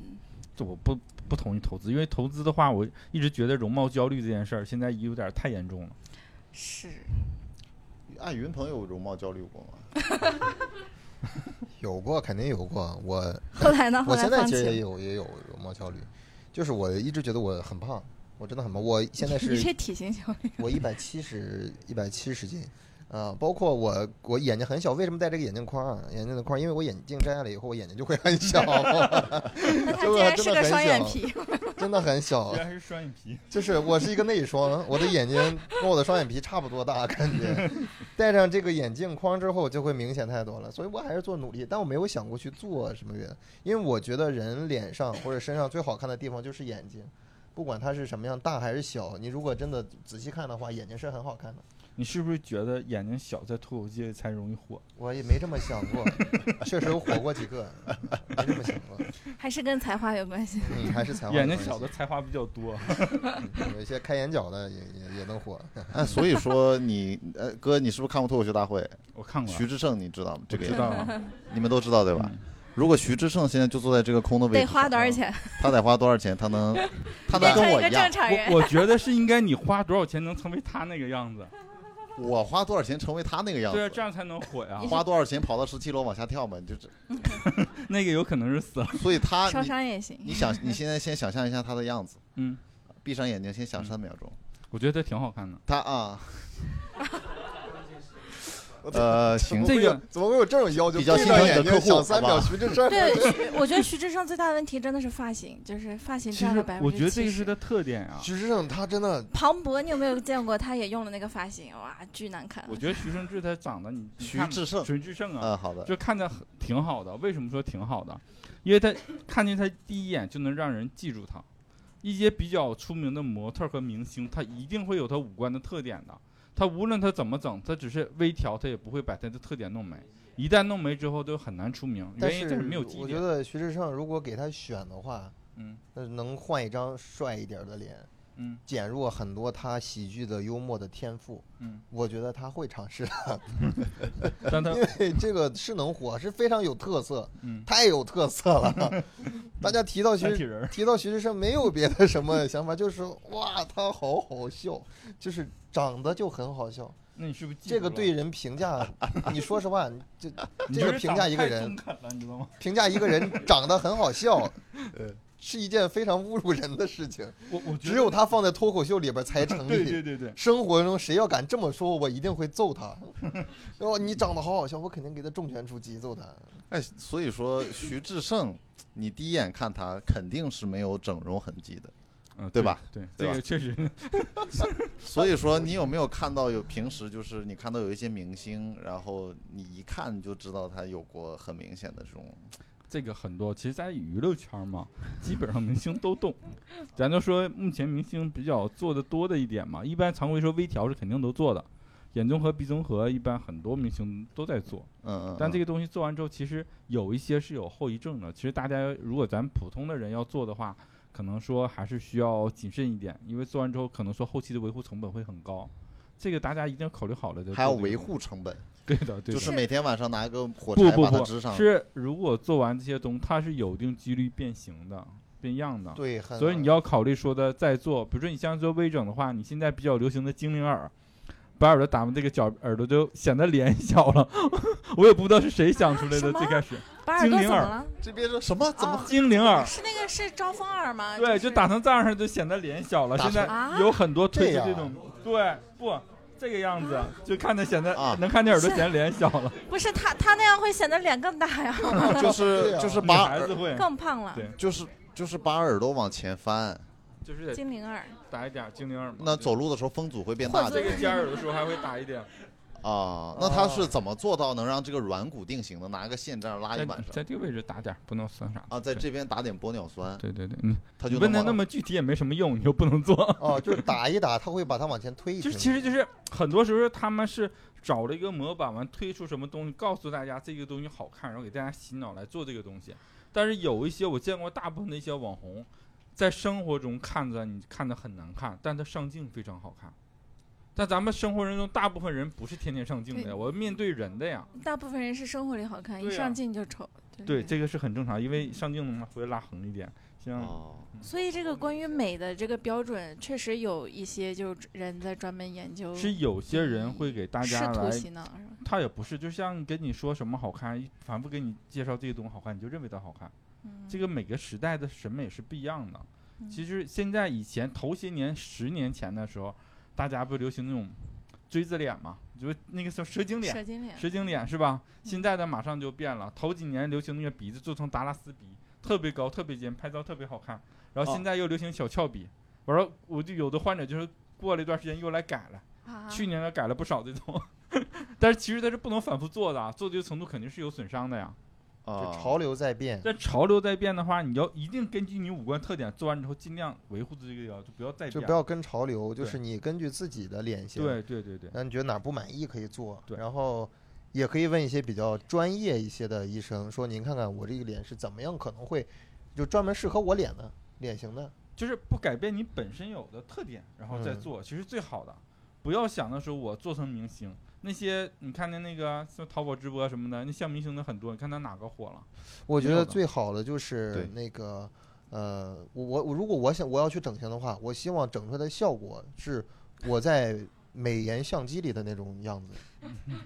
[SPEAKER 1] 这我不不同意投资，因为投资的话，我一直觉得容貌焦虑这件事儿现在有点太严重了。
[SPEAKER 3] 是
[SPEAKER 2] 艾云朋友有容貌焦虑过吗？
[SPEAKER 4] 有过肯定有过，我
[SPEAKER 3] 后来呢？啊后
[SPEAKER 4] 我
[SPEAKER 3] 来
[SPEAKER 4] 现在
[SPEAKER 3] 放
[SPEAKER 4] 其
[SPEAKER 3] 弃
[SPEAKER 4] 实也
[SPEAKER 3] 了。
[SPEAKER 4] 有也有容貌焦虑，就是我一直觉得我很胖，我真的很胖，我现在
[SPEAKER 3] (laughs) 你
[SPEAKER 4] 是
[SPEAKER 3] 这体型小，
[SPEAKER 4] 我一百七十一百七十斤。啊、包括我，我眼睛很小，为什么戴这个眼镜框啊？眼镜的框，因为我眼镜摘了以后，我眼睛就会很小，
[SPEAKER 3] 那他
[SPEAKER 4] 这
[SPEAKER 3] 竟
[SPEAKER 4] 个
[SPEAKER 3] 然
[SPEAKER 4] 真
[SPEAKER 3] 是
[SPEAKER 4] 的
[SPEAKER 3] 个
[SPEAKER 4] 很
[SPEAKER 3] 双眼
[SPEAKER 4] 小
[SPEAKER 3] 皮，
[SPEAKER 4] 真的很小
[SPEAKER 2] 哦
[SPEAKER 1] 居。然是双眼皮，
[SPEAKER 4] 就是我是一个内双，我的眼睛跟我的双眼皮差不多大，感觉戴上这个眼镜框之后就会明显太多了，所以我还是做努力，但我没有想过去做什么原因，因为我觉得人脸上或者身上最好看的地方就是眼睛，不管它是什么样，大还是小，你如果真的仔细看的话，眼睛是很好看的。
[SPEAKER 1] 你是不是觉得眼睛小在脱口界才容易
[SPEAKER 2] (laughs)
[SPEAKER 1] 火？
[SPEAKER 4] 我也没这么想
[SPEAKER 1] (laughs)
[SPEAKER 4] 过，确实有火过几个，没这么想过，
[SPEAKER 3] 还是跟才华有关系？
[SPEAKER 4] 嗯，还是才华有
[SPEAKER 1] 眼睛
[SPEAKER 4] 关系
[SPEAKER 1] 小的才华比较
[SPEAKER 2] (laughs)
[SPEAKER 1] 多。
[SPEAKER 4] 有一些开眼角的也也也能火，
[SPEAKER 2] 哎，所以说你呃哥，你是不是看过脱口秀大会？
[SPEAKER 1] 我看过啊，
[SPEAKER 2] 徐志胜你知道吗？这
[SPEAKER 1] 我
[SPEAKER 2] 个
[SPEAKER 1] 知
[SPEAKER 2] 人
[SPEAKER 1] 道 (laughs) 嗯啊，
[SPEAKER 2] 你们都知道对吧？如果徐志胜现在就坐在这个空的位置
[SPEAKER 3] 得
[SPEAKER 2] 上，
[SPEAKER 3] 花多少钱？
[SPEAKER 2] 他得花多少钱？他
[SPEAKER 3] (laughs)
[SPEAKER 2] 能，他能
[SPEAKER 3] 变
[SPEAKER 2] 跟
[SPEAKER 3] 成
[SPEAKER 2] 我
[SPEAKER 3] 一个
[SPEAKER 2] 一样
[SPEAKER 3] 正，常人
[SPEAKER 1] 我，我觉得是应该你花多少钱能成为他那个 (laughs) 样子，
[SPEAKER 2] 我花多少钱成为他那个样
[SPEAKER 1] 对啊，这
[SPEAKER 2] 子？
[SPEAKER 1] 样才能火 (laughs) 呀。
[SPEAKER 2] 花多少钱跑到十七楼往下跳嘛？你就这，
[SPEAKER 1] 那个有可能是死了，
[SPEAKER 2] 所
[SPEAKER 3] (laughs)
[SPEAKER 2] 以他
[SPEAKER 3] 烧
[SPEAKER 2] 你
[SPEAKER 3] 伤也行。
[SPEAKER 2] 你想你现在先想象一下他的样子，
[SPEAKER 1] 嗯，
[SPEAKER 2] 闭上眼睛先想三秒钟，
[SPEAKER 1] (laughs) 我觉得挺好看的。
[SPEAKER 2] 他
[SPEAKER 1] (laughs)
[SPEAKER 2] 啊，呃行，
[SPEAKER 1] 这个
[SPEAKER 4] 怎么会有这种要求？
[SPEAKER 2] 比较
[SPEAKER 4] 闭
[SPEAKER 2] 心
[SPEAKER 4] 上
[SPEAKER 2] 疼你的
[SPEAKER 4] 眼睛
[SPEAKER 2] 客户
[SPEAKER 4] 想三
[SPEAKER 2] 好
[SPEAKER 4] 秒，
[SPEAKER 2] 吧
[SPEAKER 4] 徐志胜。
[SPEAKER 3] 对，徐我觉得徐志胜最大的问题真的是发型，就是发型
[SPEAKER 1] 其
[SPEAKER 3] 占了
[SPEAKER 1] 实
[SPEAKER 3] 百
[SPEAKER 1] 我
[SPEAKER 3] 分
[SPEAKER 1] 觉得
[SPEAKER 3] 之
[SPEAKER 1] 这
[SPEAKER 3] 七
[SPEAKER 1] 个是
[SPEAKER 3] 十。
[SPEAKER 1] 他特点啊。
[SPEAKER 4] 徐志胜他真的
[SPEAKER 3] 庞博，你有没有见过？他也用了那个发型，哇，巨难看
[SPEAKER 1] 我。觉得徐胜志他长得你你
[SPEAKER 2] 徐
[SPEAKER 1] 看
[SPEAKER 2] 志胜
[SPEAKER 1] 徐志胜
[SPEAKER 4] 呃
[SPEAKER 1] 啊，
[SPEAKER 2] 嗯好的，
[SPEAKER 1] 就看着很挺好的。为什么说挺好的？因为他看见他第一眼就能让人记住他。一些比较出名的模特和明星，他一定会有他五官的特点的。他无论他怎么整，他只是微调，他也不会把他的特点弄没。一旦弄没之后，就很难出名，
[SPEAKER 4] 但
[SPEAKER 1] 原因就是是没有基
[SPEAKER 4] 我觉
[SPEAKER 1] 点。
[SPEAKER 4] 得徐志胜如果给他选的话，
[SPEAKER 1] 嗯
[SPEAKER 4] 那能换一张帅一点的脸，
[SPEAKER 1] 嗯
[SPEAKER 4] 减弱很多他喜剧的幽默的天赋。
[SPEAKER 1] 嗯，
[SPEAKER 4] 我觉得他会
[SPEAKER 1] (laughs)
[SPEAKER 4] 尝试，
[SPEAKER 1] 但他
[SPEAKER 4] 因为这个是能火，是非常有特色，
[SPEAKER 1] 嗯，
[SPEAKER 4] 太有特色了。
[SPEAKER 1] (laughs)
[SPEAKER 4] 大家提到徐
[SPEAKER 1] 三体
[SPEAKER 4] 志
[SPEAKER 1] 人儿，
[SPEAKER 4] 提到徐志胜，没有别的什么想法，就是说哇，他好好笑，就是长得就很好笑。
[SPEAKER 1] 那你是不是记
[SPEAKER 4] 这
[SPEAKER 1] 住
[SPEAKER 4] 个
[SPEAKER 1] 了
[SPEAKER 4] 对？人评价，你说实话，你这
[SPEAKER 1] 你
[SPEAKER 4] 这
[SPEAKER 1] 就
[SPEAKER 4] 个
[SPEAKER 1] 是
[SPEAKER 4] 评
[SPEAKER 1] 长
[SPEAKER 4] 价
[SPEAKER 1] 得
[SPEAKER 4] 一个
[SPEAKER 1] 太
[SPEAKER 4] 人
[SPEAKER 1] 中肯了，你知道吗？
[SPEAKER 4] 评价一个人长得很
[SPEAKER 1] (laughs)
[SPEAKER 4] 好笑，呃，是一件非常侮辱人的事情。
[SPEAKER 1] 嗯我我觉
[SPEAKER 4] 只
[SPEAKER 1] 得
[SPEAKER 4] 有他放在脱口秀里边才
[SPEAKER 1] (laughs)
[SPEAKER 4] 成
[SPEAKER 1] 对对
[SPEAKER 4] 立。
[SPEAKER 1] 对对，
[SPEAKER 4] 生活中谁要敢这么说，我一定会揍他。哦，你长得好好笑，我肯定给他重拳出击揍他。
[SPEAKER 2] 哎，所以说徐志胜，你第一眼看他肯定是没有整容痕迹的。
[SPEAKER 1] 嗯，
[SPEAKER 2] 对吧？
[SPEAKER 1] 对，这
[SPEAKER 2] 对吧
[SPEAKER 1] 个确
[SPEAKER 2] (laughs)
[SPEAKER 1] 实
[SPEAKER 2] 所以说，你有没有看到有平时就是你看到有一些明星，然后你一看就知道他有过很明显的这种，
[SPEAKER 1] 这个很多，其实，在娱乐圈嘛，基本上明星都动。咱就说目前明星比较做的多的一点嘛，一般常规说微调是肯定都做的，眼综合、鼻综合一般很多明星都在做。
[SPEAKER 2] 嗯嗯。
[SPEAKER 1] 但这
[SPEAKER 2] 个
[SPEAKER 1] 个东西做完之后，其实有一些是有后遗症的。其实大家如果咱普通的人要做的话，可能说还是需要谨慎一点，因为做完之后可能说后期的维护成本会很高。这个大家一定要考虑好了再做
[SPEAKER 2] 嗯还要
[SPEAKER 1] 这个
[SPEAKER 2] 维
[SPEAKER 1] 东西，
[SPEAKER 2] 护成本，
[SPEAKER 1] 对的，对的。
[SPEAKER 2] 就是每天晚上拿一个火
[SPEAKER 1] 不
[SPEAKER 2] 柴
[SPEAKER 1] 不
[SPEAKER 2] 把它
[SPEAKER 1] 不
[SPEAKER 2] 支上。
[SPEAKER 1] 是，如果做完这些东西，它是有一定几率变形的、变样的。
[SPEAKER 4] 对，很
[SPEAKER 1] 所以你要考虑说的再做，比如说你像做微整的话，你现在比较流行的精灵耳，把耳朵打完，这个角耳朵就显得脸小了。 (laughs) 我也不知道是谁想出来的，
[SPEAKER 3] 啊什么
[SPEAKER 1] 最开始
[SPEAKER 3] 把耳朵
[SPEAKER 1] 精灵
[SPEAKER 3] 怎么
[SPEAKER 1] 耳
[SPEAKER 3] 了？
[SPEAKER 2] 这边说什么？怎么
[SPEAKER 3] 啊
[SPEAKER 1] 精灵耳，
[SPEAKER 3] 是那个是招风耳吗？
[SPEAKER 1] 对，
[SPEAKER 3] 是
[SPEAKER 1] 就打成这样就显得脸小了。
[SPEAKER 4] 打
[SPEAKER 1] 现在
[SPEAKER 3] 成啊
[SPEAKER 1] 有很多推
[SPEAKER 4] 这
[SPEAKER 1] 出
[SPEAKER 4] 样
[SPEAKER 1] 这种，对，不这个样子，就看着显得
[SPEAKER 2] 啊
[SPEAKER 1] 能看见耳朵
[SPEAKER 3] 是
[SPEAKER 1] 显得脸小了，
[SPEAKER 3] 不是他，他那样会显得脸更大
[SPEAKER 1] (laughs)
[SPEAKER 3] 呀，
[SPEAKER 2] (laughs) 就是
[SPEAKER 4] 对啊
[SPEAKER 2] 就是
[SPEAKER 1] 女
[SPEAKER 2] 把
[SPEAKER 1] 孩
[SPEAKER 2] 耳
[SPEAKER 1] 子会，
[SPEAKER 3] 更胖了
[SPEAKER 1] 对。
[SPEAKER 2] 就是就是把耳朵往前翻，
[SPEAKER 1] 就是得
[SPEAKER 3] 精灵耳，
[SPEAKER 1] 打一点精灵耳嘛。
[SPEAKER 2] 那
[SPEAKER 1] 就
[SPEAKER 2] 走路的时候风阻会变大
[SPEAKER 3] 或
[SPEAKER 1] 啊这
[SPEAKER 2] 的
[SPEAKER 3] 者
[SPEAKER 1] 个尖耳的时候还会打一点。
[SPEAKER 2] 啊。那他是怎么做到能让这个软骨定型的？拿个线这样拉一
[SPEAKER 1] 在
[SPEAKER 2] 晚上
[SPEAKER 1] 在这个位置打点儿，不能算啥
[SPEAKER 2] 啊，在这边打点玻尿酸，
[SPEAKER 1] 对对对，你
[SPEAKER 2] 他
[SPEAKER 1] 你
[SPEAKER 2] 就
[SPEAKER 1] 问他
[SPEAKER 2] 能
[SPEAKER 1] 那
[SPEAKER 2] 往
[SPEAKER 1] 么具体也没什么用，你又不能
[SPEAKER 2] (laughs)
[SPEAKER 1] 做。
[SPEAKER 4] 哦，就是打一打，他会把他往前推一
[SPEAKER 1] 就
[SPEAKER 4] 推。
[SPEAKER 1] 是其实就是很多时候他们是找了一个模板，完推出什么东西，告诉大家这个东西好看，然后给大家洗脑来做这个东西。但是有一些我见过，大部分的一些网红，在生活中看着你看着很难看，但它上镜非常好看。但咱们生活人中大部分人不是天天上镜的
[SPEAKER 3] 对
[SPEAKER 1] 呀，我面对人的呀。
[SPEAKER 3] 大部分人是生活里好看，一
[SPEAKER 1] 对呀
[SPEAKER 3] 上镜就丑。对
[SPEAKER 1] 对，这个是很正常，因为上镜嘛会拉横一点，像
[SPEAKER 2] 哦，
[SPEAKER 3] 所以这个关于美的这个标准，确实有一些就是人在专门研究，
[SPEAKER 1] 是有些人会给大
[SPEAKER 3] 试
[SPEAKER 1] 家
[SPEAKER 3] 图
[SPEAKER 1] 来
[SPEAKER 3] 洗脑是吧？
[SPEAKER 1] 他也不是，就像跟你说什么好看，一反复给你介绍这个东西好看，你就认为它好看。
[SPEAKER 3] 嗯，
[SPEAKER 1] 这个每个时代的审美是不一样的。
[SPEAKER 3] 嗯
[SPEAKER 1] 其实现在以前头些年十年前的时候，大家不流行那种锥子脸嘛，就是那个叫蛇精脸，
[SPEAKER 3] 蛇嗯精脸，
[SPEAKER 1] 蛇精脸是吧？现在的马上就变了，头几年流行那个鼻子做成达拉斯鼻，特别高，特别尖，拍照特别好看。然后
[SPEAKER 2] 哦
[SPEAKER 1] 现在又流行小翘鼻，我说我就有的患者就是过了一段时间又来改了。
[SPEAKER 3] 啊
[SPEAKER 1] 去年他改了不少这种， (laughs) 但是其实他是不能反复做的，啊做这个程度肯定是有损伤的呀。
[SPEAKER 4] 就
[SPEAKER 1] 嗯
[SPEAKER 2] 啊，
[SPEAKER 4] 潮流在变，
[SPEAKER 1] 但潮流在变的话，你要一定根据你五官特点做完之后，尽量维护这个要，就不要再
[SPEAKER 4] 就
[SPEAKER 1] 变。
[SPEAKER 4] 不要跟潮流，就
[SPEAKER 1] 对
[SPEAKER 4] 是你根据自己的脸型，，
[SPEAKER 1] 对对对对，
[SPEAKER 4] 那你觉得哪儿不满意可以做，
[SPEAKER 1] 对
[SPEAKER 4] 然后也可以问一些比较专业一些的医生，说您看看我这个脸是怎么样可能会就专门适合我脸的脸型的，
[SPEAKER 1] 就是不改变你本身有的特点，然后再
[SPEAKER 4] 嗯
[SPEAKER 1] 做，其实最好的。不要想的时候我做成明星，那些你看见那个像淘宝直播什么的，那像明星的很多，你看他哪个火了？
[SPEAKER 4] 我觉
[SPEAKER 1] 没
[SPEAKER 4] 得
[SPEAKER 1] 有的
[SPEAKER 4] 最好的就是
[SPEAKER 2] 对
[SPEAKER 4] 那个，呃，我我我如果我想我要去整形的话，我希望整出来的效果是我在美颜相机里的那种样子， (laughs)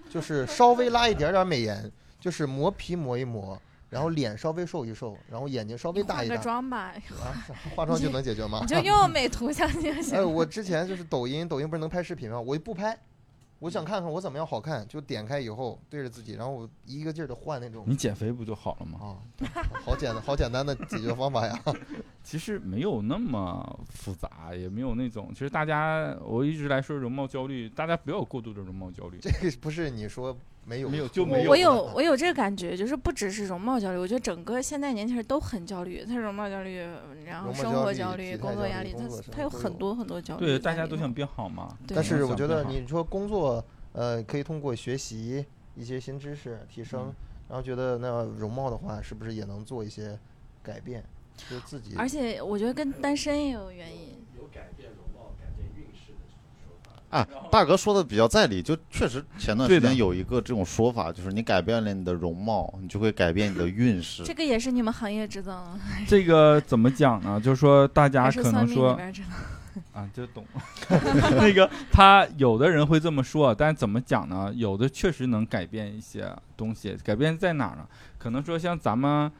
[SPEAKER 4] 就是稍微拉一点点美颜，就是磨皮磨一磨，然后脸稍微瘦一瘦，然后眼睛稍微
[SPEAKER 3] 你
[SPEAKER 4] 大
[SPEAKER 3] 化
[SPEAKER 4] 一
[SPEAKER 3] 个
[SPEAKER 4] 大，
[SPEAKER 3] 妆
[SPEAKER 1] (laughs)
[SPEAKER 3] 吧，
[SPEAKER 4] 啊，化妆就能解决吗
[SPEAKER 3] (laughs) 你？就用美图相机就
[SPEAKER 4] 哎，
[SPEAKER 3] 行。
[SPEAKER 4] 我之前就是抖音，抖音不是能拍视频吗？我就不拍。我想看看我怎么样好看，就点开以后对着自己，然后我一个劲儿的换那种
[SPEAKER 1] 你减肥不就好了吗？
[SPEAKER 4] 啊，好简好简单的解决方法呀。
[SPEAKER 1] 其实没有那么复杂，也没有那种。其实大家，我一直来说容貌焦虑，大家不要有过度的容貌焦虑。
[SPEAKER 4] 这个不是你说没有
[SPEAKER 1] 没有就没
[SPEAKER 3] 我
[SPEAKER 1] 有
[SPEAKER 3] 我有我有这个感觉，就是不只是容貌焦虑，我觉得整个现在年轻人都很焦虑，他容貌焦虑，然后
[SPEAKER 4] 容貌
[SPEAKER 3] 生
[SPEAKER 4] 焦
[SPEAKER 3] 活
[SPEAKER 4] 虑
[SPEAKER 3] 焦
[SPEAKER 4] 体
[SPEAKER 3] 虑、
[SPEAKER 4] 态
[SPEAKER 3] 工
[SPEAKER 4] 焦
[SPEAKER 3] 作
[SPEAKER 4] 虑
[SPEAKER 3] 压力，
[SPEAKER 4] 工
[SPEAKER 3] 他
[SPEAKER 4] 作什么
[SPEAKER 3] 他有
[SPEAKER 4] 都
[SPEAKER 3] 很
[SPEAKER 4] 有
[SPEAKER 3] 多很多焦虑在
[SPEAKER 1] 对，
[SPEAKER 3] 里头。
[SPEAKER 1] 大家都想变好嘛。
[SPEAKER 3] 对
[SPEAKER 4] 但是
[SPEAKER 1] 想
[SPEAKER 4] 我觉得
[SPEAKER 1] 变好
[SPEAKER 4] 你说工作，呃，可以通过学习一些新知识提升，
[SPEAKER 1] 嗯
[SPEAKER 4] 然后觉得那容貌的话，是不是也能做一些改变？就自己
[SPEAKER 3] 而且我觉得跟单身也有原因。
[SPEAKER 2] 啊，大哥说的比较在理，就确实前段时
[SPEAKER 1] 对的
[SPEAKER 2] 间有一个这种说法，就是你改变了你的容貌，你就会改变你的运势
[SPEAKER 3] 这。个也是你们行业指导吗？
[SPEAKER 1] 这个怎么讲呢？就是说大家
[SPEAKER 3] 还是
[SPEAKER 1] 可
[SPEAKER 3] 算
[SPEAKER 1] 能
[SPEAKER 3] 命里
[SPEAKER 1] 说
[SPEAKER 3] 边指导？
[SPEAKER 1] 啊，这懂。 (laughs) 那个他有的人会这么说，但怎么讲呢？有的确实能改变一些东西，改变在哪儿呢？可能说像咱们。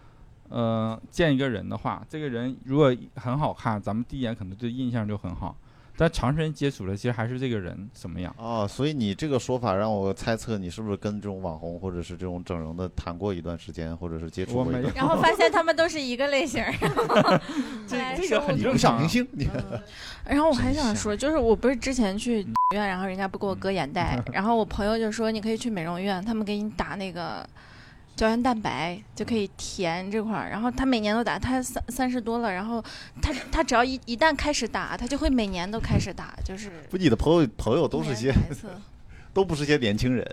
[SPEAKER 1] 呃，见一个人的话，这个人如果很好看，咱们第一眼可能对印象就很好，但长时间接触了，其实还是这个人什么样。
[SPEAKER 2] 啊，所以你这个说法让我猜测，你是不是跟这种网红或者是这种整容的谈过一段时间，或者是接触
[SPEAKER 1] 我
[SPEAKER 2] 过一
[SPEAKER 1] 没
[SPEAKER 2] 段？
[SPEAKER 3] 然后发现他们都是一个类型儿， (laughs) 然后后来
[SPEAKER 1] (laughs) 这
[SPEAKER 3] 是
[SPEAKER 1] 个
[SPEAKER 3] 误
[SPEAKER 1] 很
[SPEAKER 3] 区
[SPEAKER 1] 正
[SPEAKER 2] 不像
[SPEAKER 1] 常
[SPEAKER 2] 明。星，你
[SPEAKER 3] 嗯然后我还
[SPEAKER 2] 真
[SPEAKER 3] 想
[SPEAKER 2] 像
[SPEAKER 3] 说，就是我不是之前去院，然后人家不给我割眼袋，然后我朋友就说你可以去美容院，他们给你打那个胶原蛋白，就可以填这块儿。然后他每年都打，他三三十多了，然后他他只要一一旦开始打，他就会每年都开始打，就是
[SPEAKER 2] 不，你的朋友朋友都
[SPEAKER 3] 一
[SPEAKER 2] 是
[SPEAKER 3] 年
[SPEAKER 2] 些
[SPEAKER 3] 打一次
[SPEAKER 2] 都不是些年轻人，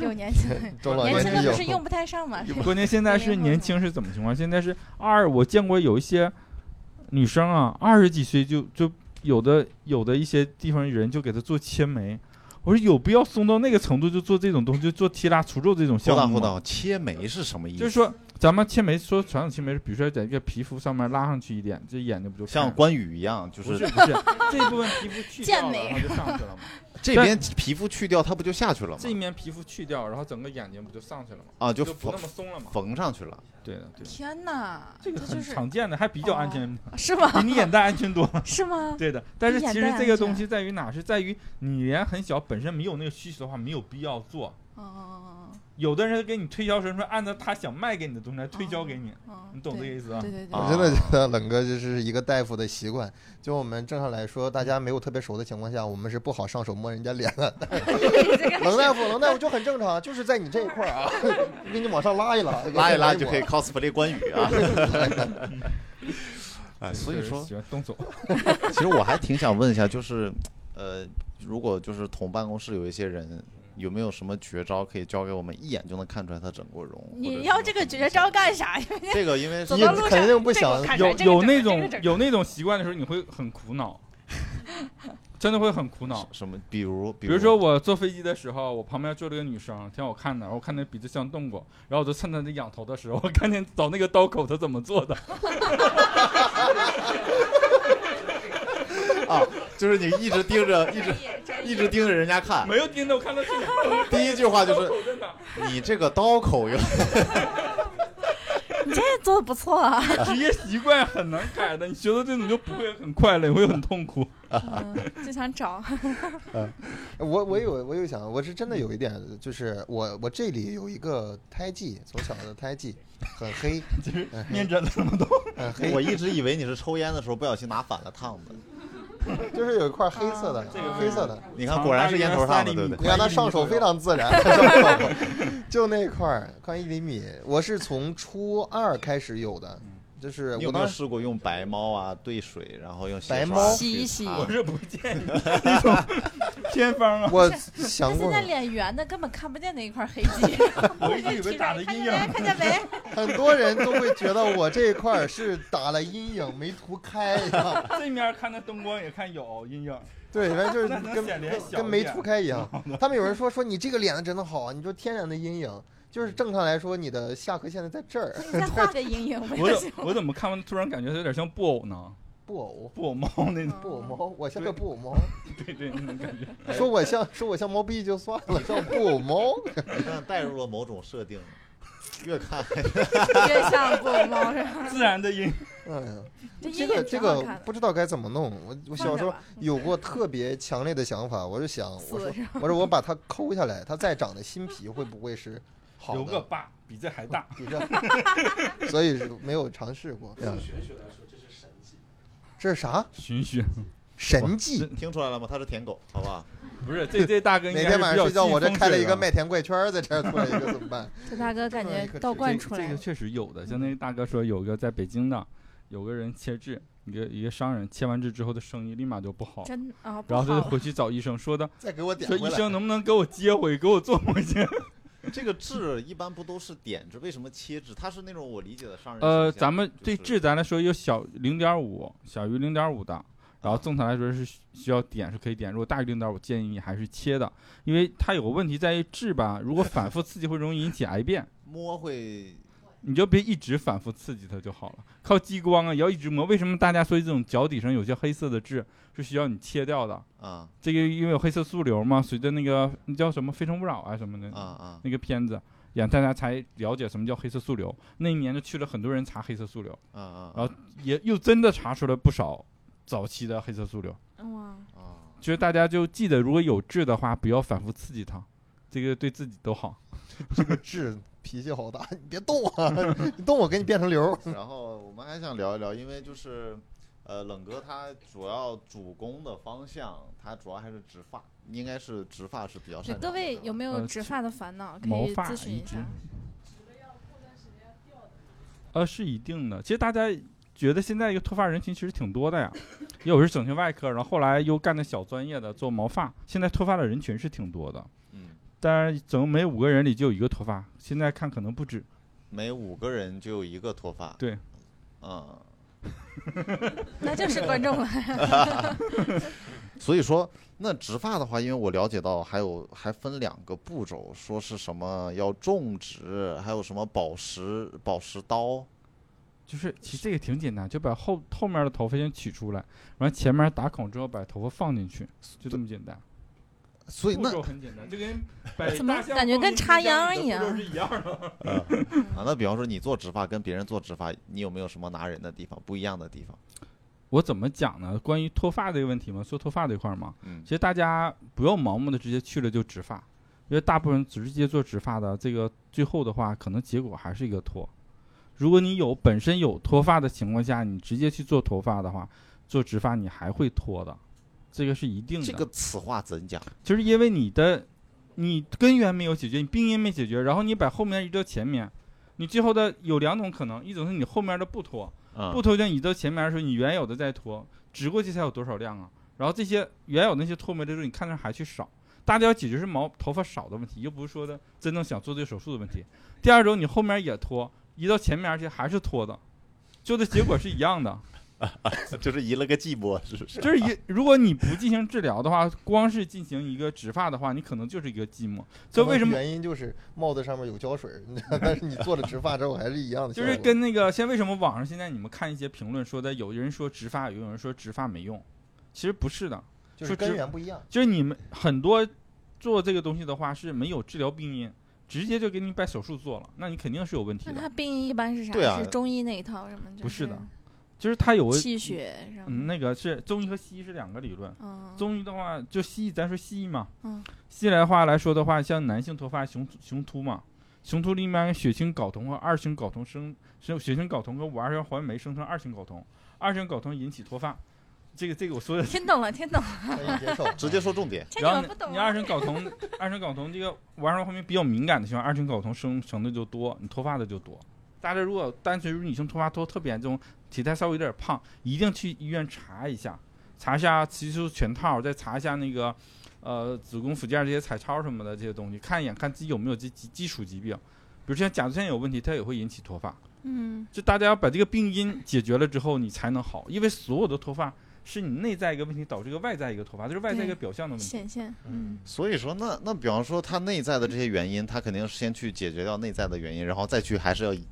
[SPEAKER 3] 有年轻的，
[SPEAKER 4] 周老
[SPEAKER 1] 关
[SPEAKER 4] 师
[SPEAKER 3] 年
[SPEAKER 1] 键
[SPEAKER 3] 轻的
[SPEAKER 4] 有
[SPEAKER 3] 不是用不太上嘛？ (laughs) 是吧
[SPEAKER 1] 关键现在是年轻是怎么情况？现在是二，我见过有一些女生啊，二十几岁就就有的有的一些地方人就给她做切眉，我说有必要松到那个程度就做这种东西，就做提拉除皱这种
[SPEAKER 2] 互
[SPEAKER 1] 项
[SPEAKER 2] 道
[SPEAKER 1] 目
[SPEAKER 2] 互
[SPEAKER 1] 吗？
[SPEAKER 2] 道，切眉是什么意思？
[SPEAKER 1] 就是说，咱们切眉说传统切眉是，比如说在一个皮肤上面拉上去一点，这眼睛不就开
[SPEAKER 2] 像
[SPEAKER 1] 了
[SPEAKER 2] 关羽一样，就
[SPEAKER 1] 不是
[SPEAKER 2] 是
[SPEAKER 1] 不是这部分皮肤去掉
[SPEAKER 3] 健
[SPEAKER 1] 了，
[SPEAKER 3] 美
[SPEAKER 1] 然后就上去
[SPEAKER 2] (laughs)
[SPEAKER 1] 了嘛？
[SPEAKER 2] 这边皮肤去掉，它不就下去了
[SPEAKER 1] 这
[SPEAKER 2] 吗？
[SPEAKER 1] 面皮肤去掉，然后整个眼睛不就上去了嘛？
[SPEAKER 2] 啊，
[SPEAKER 1] 就
[SPEAKER 2] 就
[SPEAKER 1] 不
[SPEAKER 2] 缝
[SPEAKER 1] 那么松了嘛？
[SPEAKER 2] 缝上去了。
[SPEAKER 1] 对的，对的，
[SPEAKER 3] 天哪，
[SPEAKER 1] 这个
[SPEAKER 3] 就
[SPEAKER 1] 很
[SPEAKER 3] 是
[SPEAKER 1] 常见的，还比较安
[SPEAKER 3] 哦
[SPEAKER 1] 全，
[SPEAKER 3] 是吗？
[SPEAKER 1] 比 (laughs) 你眼袋安全多了。
[SPEAKER 3] 是吗？
[SPEAKER 1] 对的，但是
[SPEAKER 3] 眼
[SPEAKER 1] 其实
[SPEAKER 3] 袋
[SPEAKER 1] 这个
[SPEAKER 3] 安全
[SPEAKER 1] 东西在于哪？是在于你连很小本身没有那个需求的话，没有必要做。
[SPEAKER 3] 哦
[SPEAKER 1] 有的人给你推销时候说，按照他想卖给你的东西来推销给你，
[SPEAKER 3] 哦哦，
[SPEAKER 1] 你懂这个
[SPEAKER 3] 对
[SPEAKER 1] 意思吧？
[SPEAKER 3] 对对对
[SPEAKER 4] 我
[SPEAKER 2] 啊
[SPEAKER 4] 真的觉得冷哥就是一个大夫的习惯。就我们正常来说，大家没有特别熟的情况下，我们是不好上手摸人家脸的。
[SPEAKER 3] (laughs)
[SPEAKER 4] 冷大夫，冷大夫就很正常，就是在你这一块儿
[SPEAKER 3] (laughs)
[SPEAKER 4] 啊，给你往上拉一拉，
[SPEAKER 2] 拉一拉
[SPEAKER 4] 给
[SPEAKER 2] 就
[SPEAKER 4] 你
[SPEAKER 2] 可以
[SPEAKER 4] 摸。
[SPEAKER 2] cosplay 关羽啊。 (laughs) 哎，所以
[SPEAKER 1] 就是
[SPEAKER 2] 说，
[SPEAKER 1] 喜欢动手，
[SPEAKER 2] 其实我还挺想问一下，就是，呃，如果就是同办公室有一些人，有没有什么绝招可以教给我们，一眼就能看出来他整过容？或者
[SPEAKER 3] 你
[SPEAKER 2] 是
[SPEAKER 3] 要
[SPEAKER 2] 有
[SPEAKER 3] 这
[SPEAKER 2] 什
[SPEAKER 3] 个
[SPEAKER 2] 么
[SPEAKER 3] 绝招干啥呀？
[SPEAKER 2] 这个因为
[SPEAKER 3] 走
[SPEAKER 2] 是
[SPEAKER 4] 你
[SPEAKER 3] 到路上
[SPEAKER 4] 肯定不
[SPEAKER 5] 这个我
[SPEAKER 4] 想
[SPEAKER 5] 看出来
[SPEAKER 1] 有
[SPEAKER 5] 这个
[SPEAKER 1] 有
[SPEAKER 5] 整的
[SPEAKER 1] 那
[SPEAKER 5] 这个
[SPEAKER 1] 种
[SPEAKER 5] 整的
[SPEAKER 1] 有那种习惯的时候，你会很苦恼，真的会很苦恼。
[SPEAKER 2] 什么，比如比
[SPEAKER 1] 比如说我坐飞机的时候，我旁边坐了个女生，挺好看的，然后我看她鼻子像动过，然后我就趁她在仰头的时候，我看见找那个刀口她怎么做
[SPEAKER 2] (laughs)
[SPEAKER 1] 的，
[SPEAKER 2] 啊，就是你一直盯着， (laughs) 一直一直盯着人家看，
[SPEAKER 1] 没有盯着我
[SPEAKER 2] (laughs)
[SPEAKER 1] 看她是
[SPEAKER 2] 第一句话就
[SPEAKER 1] 刀
[SPEAKER 2] 是
[SPEAKER 1] 口在哪，
[SPEAKER 2] 你这个刀口有
[SPEAKER 3] 你这做的不错啊！
[SPEAKER 1] (laughs) 职业习惯很难改的，你学到这种就不会很快乐，你会很痛苦。
[SPEAKER 3] (laughs) 就想找，
[SPEAKER 1] (laughs)
[SPEAKER 4] 我我有我有想，我是真的有一点，就是我我这里有一个胎记，从小的胎记，很黑，很黑，
[SPEAKER 1] 诊了那么多，
[SPEAKER 4] 很黑，
[SPEAKER 2] (laughs) 我一直以为你是抽烟的时候不小心拿反了烫的，
[SPEAKER 4] 就是有一块黑色的
[SPEAKER 1] 这个，
[SPEAKER 4] 黑色的。
[SPEAKER 2] 你看果然是烟头烫的，对不
[SPEAKER 4] 你
[SPEAKER 2] 对？
[SPEAKER 4] 看他上手非常自然， (laughs) 上手就那块儿，快一厘米。我是从初二开始有的，就是
[SPEAKER 2] 你
[SPEAKER 4] 哎我
[SPEAKER 2] 有没
[SPEAKER 4] 当
[SPEAKER 2] 有
[SPEAKER 4] 时
[SPEAKER 2] 试过用白猫啊兑水，然后用血
[SPEAKER 4] 白
[SPEAKER 2] 刷
[SPEAKER 4] 猫
[SPEAKER 2] 去
[SPEAKER 3] 洗一洗
[SPEAKER 2] 擦
[SPEAKER 1] 我是不建议那种偏方 (laughs) 啊。
[SPEAKER 4] 我
[SPEAKER 3] 他
[SPEAKER 4] 想
[SPEAKER 3] 现
[SPEAKER 4] 过
[SPEAKER 3] 在脸圆的根本看不见那
[SPEAKER 1] (laughs)
[SPEAKER 3] 一块黑肌，
[SPEAKER 1] 我一直以
[SPEAKER 3] (laughs)
[SPEAKER 1] 为打的阴影，
[SPEAKER 3] 看
[SPEAKER 1] (laughs)
[SPEAKER 3] 见没？
[SPEAKER 4] 很多人都会觉得我这块儿是打了阴影没涂开一样，
[SPEAKER 1] 这面看那灯光也看有阴影，
[SPEAKER 4] 对，反正就是
[SPEAKER 1] (laughs) 那能
[SPEAKER 4] 跟
[SPEAKER 1] 显脸
[SPEAKER 4] 跟
[SPEAKER 1] 小
[SPEAKER 4] 跟
[SPEAKER 1] 一
[SPEAKER 4] 没
[SPEAKER 1] 点
[SPEAKER 4] 涂开
[SPEAKER 1] (laughs)
[SPEAKER 4] 一样。他们有人说说你这个脸真的好啊，你说天然的阴影，就是正常来说你的下颌线在在这儿，
[SPEAKER 3] 你再画个阴影不
[SPEAKER 1] 我
[SPEAKER 3] 就行
[SPEAKER 1] 怎？我怎么看完突然感觉它有点像布偶呢？
[SPEAKER 4] 布偶
[SPEAKER 1] 布偶猫那
[SPEAKER 3] 嗯
[SPEAKER 1] 种，
[SPEAKER 4] 布偶猫，我像个布偶猫，
[SPEAKER 1] 对哎对那种感觉。
[SPEAKER 4] 说我像说我像猫逼就算
[SPEAKER 1] (laughs)
[SPEAKER 4] 了，像布偶猫。
[SPEAKER 2] 你看带入了某种设定，越看还
[SPEAKER 3] (laughs) 越像布
[SPEAKER 1] (laughs)
[SPEAKER 3] 偶猫是吧？
[SPEAKER 1] 自然的阴，
[SPEAKER 4] 哎呀，
[SPEAKER 3] 这
[SPEAKER 4] 这
[SPEAKER 3] 阴
[SPEAKER 4] 个这
[SPEAKER 3] 影挺好
[SPEAKER 4] 个
[SPEAKER 3] 看的。
[SPEAKER 4] 不知道该怎么弄。我我小时候
[SPEAKER 3] 放着吧
[SPEAKER 4] 有过特别强烈的想法，我就想，我
[SPEAKER 3] 死
[SPEAKER 4] 说
[SPEAKER 3] 是吧
[SPEAKER 4] 我说我把它抠下来，它再长的新皮会不会是好
[SPEAKER 1] 有个
[SPEAKER 4] 的？
[SPEAKER 1] 疤比这还大。
[SPEAKER 4] 比这， (laughs) 所以是没有尝试过。对啊这是啥
[SPEAKER 1] 寻寻，
[SPEAKER 4] 神技？
[SPEAKER 2] 听出来了吗？他是舔狗，好吧？
[SPEAKER 1] 不是这这大哥应
[SPEAKER 4] 每
[SPEAKER 1] 该是比较
[SPEAKER 4] 天晚上睡觉，
[SPEAKER 1] 信
[SPEAKER 4] 我这
[SPEAKER 1] 风
[SPEAKER 4] 开了
[SPEAKER 1] 水
[SPEAKER 4] 一个
[SPEAKER 1] 的
[SPEAKER 4] 麦田怪圈儿，在这儿出来一个怎
[SPEAKER 1] (laughs)
[SPEAKER 4] 么办？
[SPEAKER 3] 这大哥感觉倒灌出
[SPEAKER 1] 这
[SPEAKER 3] 来
[SPEAKER 1] 个
[SPEAKER 3] 了，
[SPEAKER 1] 确实有的，像那大哥说，有一个在北京的，有个人切痣，一个一个商人切完痣之后的生意立马就不好，
[SPEAKER 3] 真啊不
[SPEAKER 1] 然后他就
[SPEAKER 3] 好。
[SPEAKER 1] 回去找医生，说的
[SPEAKER 4] 再给我点
[SPEAKER 1] 说
[SPEAKER 4] 回
[SPEAKER 1] 医
[SPEAKER 4] 来。
[SPEAKER 1] 生能不能给我接回，给我做回去？
[SPEAKER 2] 这个痣一般不都是点痣？为什么切痣？他是那种我理解的商人形象。
[SPEAKER 1] 呃，咱们
[SPEAKER 2] 就
[SPEAKER 1] 对
[SPEAKER 2] 是
[SPEAKER 1] 痣咱来说有小零点五，小于零点五的。然后正常来说是需需要点是可以点，如果大于零点五，建议你还是切的，因为它有个问题在于痣吧，如果反复刺激会容易引起癌变，
[SPEAKER 2] 摸会
[SPEAKER 1] 你就别一直反复刺激它就好了，靠激光啊，也要一直磨。为什么大家说这种脚底上有些黑色的痣是需要你切掉的？
[SPEAKER 2] 啊
[SPEAKER 1] 这个因为有黑色素瘤嘛，随着那个那叫什么《非诚勿扰》啊什么的
[SPEAKER 2] 啊啊！
[SPEAKER 1] 那个片子演，大家才了解什么叫黑色素瘤。那一年就去了很多人查黑色素瘤，
[SPEAKER 2] 啊啊
[SPEAKER 1] 然后也又真的查出了不少早期的黑色素瘤。
[SPEAKER 3] 哇，
[SPEAKER 2] 啊！
[SPEAKER 1] 就是大家就记得，如果有痣的话，不要反复刺激它，这个对自己都好。
[SPEAKER 4] 这个痣脾气好大，你别动我、 (laughs) 你动我给你变成瘤儿。
[SPEAKER 2] 然后我们还想聊一聊，因为就是，呃，冷哥他主要主攻的方向，他主要还是植发，应该是植发是比较
[SPEAKER 3] 对
[SPEAKER 2] 擅长的。
[SPEAKER 3] 各位有没有
[SPEAKER 1] 呃
[SPEAKER 3] 植发的烦恼？可
[SPEAKER 1] 毛
[SPEAKER 3] 以
[SPEAKER 1] 发
[SPEAKER 3] 咨询
[SPEAKER 1] 移
[SPEAKER 3] 一
[SPEAKER 1] 植
[SPEAKER 3] 下。
[SPEAKER 1] (laughs) 呃，是一定的。其实大家觉得现在一个脱发人群其实挺多的呀，也有是整形外科，然后后来又干的小专业的做毛发，现在脱发的人群是挺多的。
[SPEAKER 2] 嗯，
[SPEAKER 1] 但是整每五个人里就有一个脱发，现在看可能不止。
[SPEAKER 2] 每五个人就有一个脱发。
[SPEAKER 1] 对，
[SPEAKER 2] 嗯，
[SPEAKER 3] 那就是观众了，
[SPEAKER 2] 所以说那植发的话，因为我了解到还有还分两个步骤，说是什么要种植，还有什么宝石宝石刀。
[SPEAKER 1] 就是其实这个挺简单，就把后后面的头发先取出来，完前面打孔之后把头发放进去，就这么简单。
[SPEAKER 2] 所以
[SPEAKER 1] 步
[SPEAKER 2] 那
[SPEAKER 1] 骤很简单，就跟摆
[SPEAKER 3] (laughs) 怎么
[SPEAKER 1] 大象
[SPEAKER 3] 感觉
[SPEAKER 1] 放
[SPEAKER 3] 跟
[SPEAKER 1] 进去
[SPEAKER 3] 插
[SPEAKER 1] 这样
[SPEAKER 3] 秧
[SPEAKER 1] 你
[SPEAKER 3] 一
[SPEAKER 1] 的步骤
[SPEAKER 3] 样
[SPEAKER 1] 是一样
[SPEAKER 3] (laughs)
[SPEAKER 1] 的？
[SPEAKER 2] 啊，那比方说你做植发跟别人做植发，你有没有什么拿人的地方，不一样的地方？
[SPEAKER 1] 我怎么讲呢？关于脱发这个问题嘛，说脱发这块儿嘛，
[SPEAKER 2] 嗯
[SPEAKER 1] 其实大家不要盲目的直接去了就植发，因为大部分直接做植发的，这个最后的话可能结果还是一个脱。如果你有本身有脱发的情况下，你直接去做脱发的话，做植发你还会脱的，这个是一定的。
[SPEAKER 2] 这个此话怎讲？
[SPEAKER 1] 就是因为你的你根源没有解决，你病因没解决，然后你把后面移到前面，你最后的有两种可能，一种是你后面的不脱，
[SPEAKER 2] 嗯
[SPEAKER 1] 不脱就移到前面的时候，你原有的再脱，植过去才有多少量啊？然后这些原有那些脱没的时候，你看着还去少，大家要解决是毛头发少的问题，又不是说的真正想做这个手术的问题。第二种你后面也脱，移到前面而且还是脱的，就这结果是一样的。
[SPEAKER 2] 就是移了个季寞，是不是？
[SPEAKER 1] (laughs) 就是一，如果你不进行治疗的话，光是进行一个植发的话，你可能就是一个寂寞。所以为什么
[SPEAKER 4] 原因就是帽子上面有胶水儿， (laughs) 你知道但是你做了植发之后还是一样的效
[SPEAKER 1] 就
[SPEAKER 4] 果，
[SPEAKER 1] 是跟那个现在为什么网上现在你们看一些评论说的，有人说植发有，有人说植发没用，其实不是的，
[SPEAKER 4] 就是根源不一样。
[SPEAKER 1] 就是你们很多做这个东西的话是没有治疗病因，直接就给你把手术做了，那你肯定是有问题
[SPEAKER 3] (laughs) 那他
[SPEAKER 1] 的。
[SPEAKER 3] 病一般是啥？
[SPEAKER 2] 对啊
[SPEAKER 3] 是中医那一套什么？就
[SPEAKER 1] 不是的就是他有
[SPEAKER 3] 气血什
[SPEAKER 1] 嗯，
[SPEAKER 3] 么？
[SPEAKER 1] 那个是中医和西医是两个理论。
[SPEAKER 3] 嗯，
[SPEAKER 1] 中医的话，就西医，咱说西医嘛，
[SPEAKER 3] 嗯
[SPEAKER 1] 西医来话来说的话，像男性脱发雄雄秃嘛，雄秃另外血清睾酮和二型睾酮生生血清睾酮和五二幺环酶生成二型睾酮，二型睾酮引起脱发，这个这个我说的，
[SPEAKER 3] 听懂了，听懂了，
[SPEAKER 4] 可以
[SPEAKER 1] (laughs)
[SPEAKER 4] 接受，
[SPEAKER 2] 直接说重点，
[SPEAKER 3] 这你
[SPEAKER 1] 然后
[SPEAKER 3] 们
[SPEAKER 1] 你
[SPEAKER 3] 不懂
[SPEAKER 1] 你二
[SPEAKER 3] 啊。
[SPEAKER 1] 型睾酮二型睾酮这个五二幺环酶比较敏感的情况，二型睾酮生成的就多，你脱发的就多。大家如果单纯女性脱发脱特别严重，体态稍微有点胖，一定去医院查一下，查一下雌激素全套，再查一下那个，呃，子宫附件这些彩超什么的这些东西，看一眼看自己有没有这基基础疾病，比如像甲状腺有问题，它也会引起脱发。
[SPEAKER 3] 嗯，
[SPEAKER 1] 就大家要把这个病因解决了之后，你才能好，因为所有的脱发是你内在一个问题导致一个外在一个脱发，这是外在一个
[SPEAKER 3] 对
[SPEAKER 1] 表象的问题。
[SPEAKER 3] 显现，
[SPEAKER 4] 嗯
[SPEAKER 3] 嗯，
[SPEAKER 2] 所以说那那比方说他内在的这些原因，他肯定是先去解决掉内在的原因，然后再去还是要以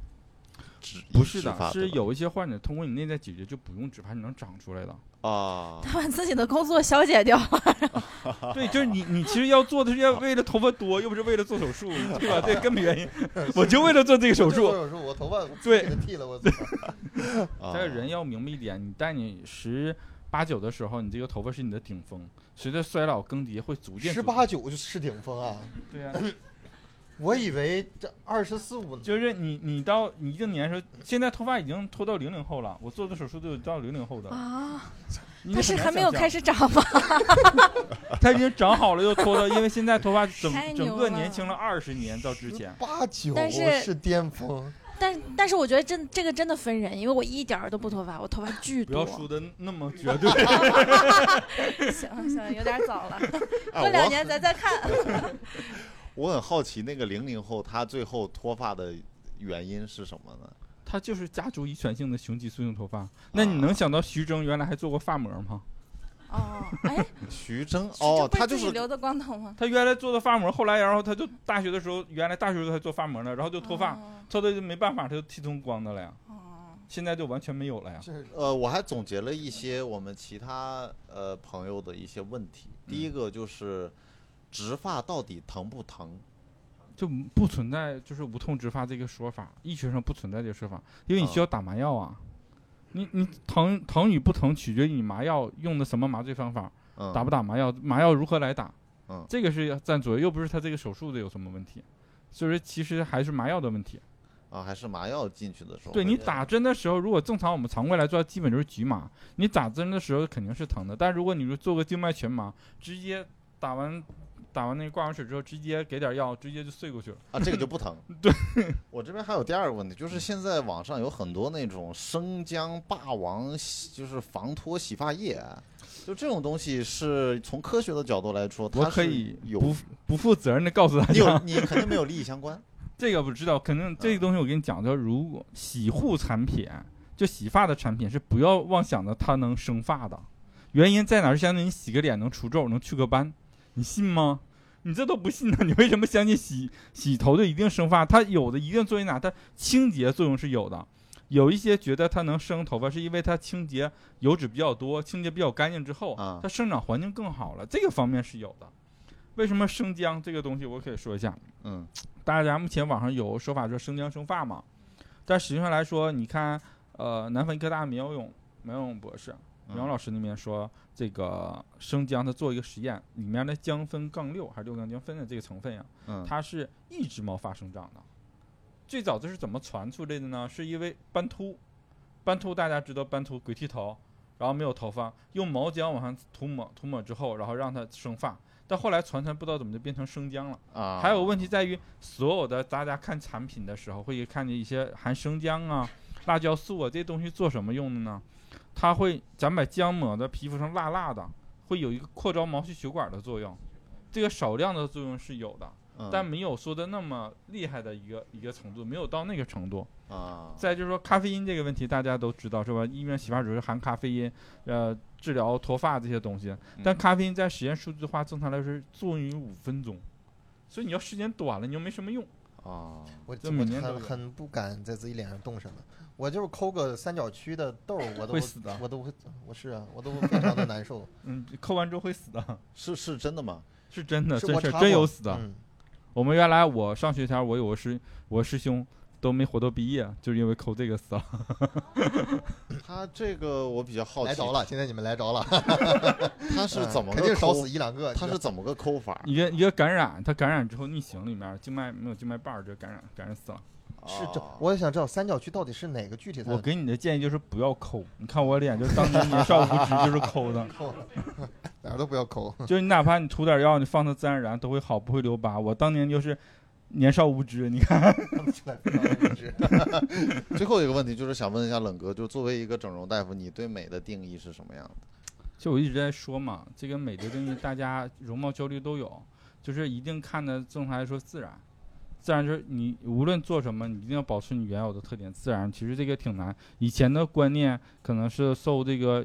[SPEAKER 2] 植
[SPEAKER 1] 不是
[SPEAKER 2] 植发
[SPEAKER 1] 的，是
[SPEAKER 2] 对吧
[SPEAKER 1] 有一些患者通过你内在解决就不用植发，你能长出来的。
[SPEAKER 2] 啊，
[SPEAKER 3] 他 (laughs) 把自己的工作消解掉。
[SPEAKER 1] 对，就是你，你其实要做的是要为了头发多，又不是为了做手术，对吧？这根本原因，我就为了做这个手
[SPEAKER 4] 就做 (laughs)
[SPEAKER 1] 术。
[SPEAKER 4] 手术，我头发
[SPEAKER 1] 对
[SPEAKER 4] 给它剃了，我操
[SPEAKER 1] (laughs)
[SPEAKER 2] 啊
[SPEAKER 1] 但是人要明白一点，你在你十八九的时候，你这个头发是你的顶峰，随着衰老更迭会逐渐
[SPEAKER 4] 十
[SPEAKER 1] 逐
[SPEAKER 4] 八九就是顶峰啊！
[SPEAKER 1] 对啊，
[SPEAKER 4] 我以为这二十四五
[SPEAKER 1] 就是你你到你一定年的时候，现在头发已经脱到零零后了，我做的手术都有到零零后的了，
[SPEAKER 3] (laughs) 啊，
[SPEAKER 1] 你
[SPEAKER 3] 他是
[SPEAKER 1] 很难
[SPEAKER 3] 还没有
[SPEAKER 1] 想象
[SPEAKER 3] 开始长吗？
[SPEAKER 1] 它已经长好了又脱了，因为现在头发整
[SPEAKER 3] 太牛
[SPEAKER 1] 整个
[SPEAKER 3] 了
[SPEAKER 1] 年轻了二十年到之前。
[SPEAKER 4] 八九
[SPEAKER 3] 但是
[SPEAKER 4] 是巅峰，
[SPEAKER 3] (laughs) 但但是我觉得真这个真的分人，因为我一点儿都不脱发，我头发巨
[SPEAKER 1] 不
[SPEAKER 3] 多
[SPEAKER 1] 要。说的那么绝 (laughs) 对。
[SPEAKER 3] 行行，有点早了，
[SPEAKER 1] 啊
[SPEAKER 2] 哎
[SPEAKER 3] 过两
[SPEAKER 2] 我
[SPEAKER 3] 年咱再看。
[SPEAKER 2] 我很好奇那个零零后他最后脱发的原因是什么呢？
[SPEAKER 1] 它就是家族遗传性的雄激素性头发。那你能想到徐峥原来还做过发膜吗？
[SPEAKER 3] 哦，哎，
[SPEAKER 2] 徐峥
[SPEAKER 3] 这
[SPEAKER 2] 哦，
[SPEAKER 3] 不
[SPEAKER 2] 他
[SPEAKER 3] 是
[SPEAKER 2] 就
[SPEAKER 3] 自己
[SPEAKER 2] 是
[SPEAKER 3] 留的光头吗？
[SPEAKER 1] 他原来做的发膜，后来然后他就大学的时候，原来大学的时候他做发膜了，然后就脱发，
[SPEAKER 3] 哦
[SPEAKER 1] 脱的就没办法，他就剃成光的了呀。
[SPEAKER 3] 哦
[SPEAKER 1] 现在就完全没有了呀。
[SPEAKER 4] (laughs) 是
[SPEAKER 2] 呃，我还总结了一些我们其他呃朋友的一些问题。第
[SPEAKER 1] 嗯
[SPEAKER 2] 一个就是植发到底疼不疼？
[SPEAKER 1] 就不存在就是无痛植发这个说法，医学上不存在这个说法，因为你需要打麻药啊。你你疼疼与不疼取决于你麻药用的什么麻醉方法，
[SPEAKER 2] 嗯，
[SPEAKER 1] 打不打麻药，麻药如何来打，
[SPEAKER 2] 嗯
[SPEAKER 1] 这个是占左右，又不是他这个手术的有什么问题，所以说其实还是麻药的问题。
[SPEAKER 2] 啊，还是麻药进去的时候？
[SPEAKER 1] 对你打针的时候，如果正常我们常规来做，基本就是局麻。你打针的时候肯定是疼的，但如果你说做个静脉全麻，直接打完打完那个挂完水之后，直接给点药，直接就睡过去了。
[SPEAKER 2] 啊，这个就不疼。
[SPEAKER 1] (laughs) 对，嗯
[SPEAKER 2] 我这边还有第二个问题，就是现在网上有很多那种生姜霸王洗，就是防脱洗发液，啊就这种东西是从科学的角度来说，
[SPEAKER 1] 我
[SPEAKER 2] 它
[SPEAKER 1] 可
[SPEAKER 2] 是
[SPEAKER 1] 以
[SPEAKER 2] 有
[SPEAKER 1] 不不负责任的告诉大
[SPEAKER 2] 你有
[SPEAKER 1] 家，
[SPEAKER 2] 你肯定没有利益
[SPEAKER 1] (laughs)
[SPEAKER 2] 相关。
[SPEAKER 1] 这个不知道，肯定这个东西我跟你讲，叫如果洗护产品，就洗发的产品是不要妄想着它能生发的，原因在哪儿？相当于你洗个脸能除皱，能祛个斑，你信吗？你这都不信呢，你为什么相信洗 (laughs) 洗头就一定生发？它有的一定作用哪？它清洁作用是有的，有一些觉得它能生头发，是因为它清洁油脂比较多，清洁比较干净之后 (laughs)
[SPEAKER 2] 啊，
[SPEAKER 1] 它生长环境更好了，这个方面是有的。为什么生姜这个东西，我可以说一下，
[SPEAKER 2] 嗯
[SPEAKER 1] 大家目前网上有说法说生姜生发嘛，但实际上来说，你看，呃，南非科大苗勇苗勇博士
[SPEAKER 2] 嗯
[SPEAKER 1] 苗老师那边说，这个生姜他做一个实验，里面的姜酚杠六还是六杠姜酚的这个成分呀，
[SPEAKER 2] 嗯
[SPEAKER 1] 它是抑制毛发生长的。最早这是怎么传出来的呢？是因为斑秃，斑秃大家知道斑秃鬼剃头，然后没有头发，用毛浆往上涂抹涂抹之后，然后让它生发。但后来传传不知道怎么就变成生姜了。
[SPEAKER 2] 啊，
[SPEAKER 1] 还有个问题在于，所有的大家看产品的时候，会看见一些含生姜
[SPEAKER 2] (laughs)
[SPEAKER 1] 啊、辣椒素啊这些东西做什么用的呢？它会，咱把姜抹在皮肤上辣辣的，会有一个扩张毛细血管的作用。这个少量的作用是有的，
[SPEAKER 2] 嗯
[SPEAKER 1] 但没有说的那么厉害的一个一个程度，没有到那个程度。
[SPEAKER 2] 啊，
[SPEAKER 1] 再就是说咖啡因这个问题，大家都知道是吧？医院洗发水是含咖啡因，呃，治疗脱发这些东西。但
[SPEAKER 2] 嗯
[SPEAKER 1] 咖啡因在实验数据的话，正常来说是作用于五分钟，所以你要时间短了，你又没什么用。
[SPEAKER 2] 啊，
[SPEAKER 4] 我
[SPEAKER 1] 这
[SPEAKER 4] 我
[SPEAKER 1] 每年都
[SPEAKER 4] 很
[SPEAKER 1] 有
[SPEAKER 4] 很不敢在自己脸上动什么，我就是抠个三角区的痘儿，我都
[SPEAKER 1] 会死的
[SPEAKER 4] 我都会，我是啊，我都非常的难 (laughs) 受。
[SPEAKER 1] 嗯，扣完之后会死的， (laughs)
[SPEAKER 2] 是是真的吗？
[SPEAKER 1] 是真的，
[SPEAKER 4] 是
[SPEAKER 1] 真
[SPEAKER 4] 我
[SPEAKER 1] 事
[SPEAKER 4] 查
[SPEAKER 1] 儿真
[SPEAKER 4] 过
[SPEAKER 1] 有死的。
[SPEAKER 4] 嗯，
[SPEAKER 1] 我们原来我上学前，我有个师，我师兄都没活到毕业，就是因为抠这个死 (laughs) 了。
[SPEAKER 2] 他这个我比较好
[SPEAKER 4] 来
[SPEAKER 2] 奇，
[SPEAKER 4] 着了，今天你们来着了，
[SPEAKER 2] 他是怎么
[SPEAKER 4] 肯定
[SPEAKER 2] 个
[SPEAKER 4] 少
[SPEAKER 2] 抠
[SPEAKER 4] 死？一两个。
[SPEAKER 2] 他是怎么个抠法？
[SPEAKER 1] 一个一个感染，它感染之后逆行里面静脉没有静脉瓣儿，这感染感染死了。
[SPEAKER 4] 是这
[SPEAKER 2] 啊，
[SPEAKER 4] 我也想知道三角区到底是哪个具体才
[SPEAKER 1] 我
[SPEAKER 4] 能
[SPEAKER 1] 给你的建议就是不要抠，你看我脸就当年年少无知就是抠的，
[SPEAKER 4] 抠，哪儿都不要抠。
[SPEAKER 1] 就是你哪怕你涂点药，你放它自然而然都会好，不会留疤。我当年就是年少无知，你看
[SPEAKER 4] (laughs) 看不出来非常的理智
[SPEAKER 2] 最后一个问题就是想问一下冷哥，就作为一个整容大夫，你对美的定义是什么样的？
[SPEAKER 1] 就我一直在说嘛，这个美的定义，大家容貌焦虑都有，就是一定看的正常来说自然，自然就是你无论做什么，你一定要保持你原有的特点，自然其实这个挺难。以前的观念可能是受这个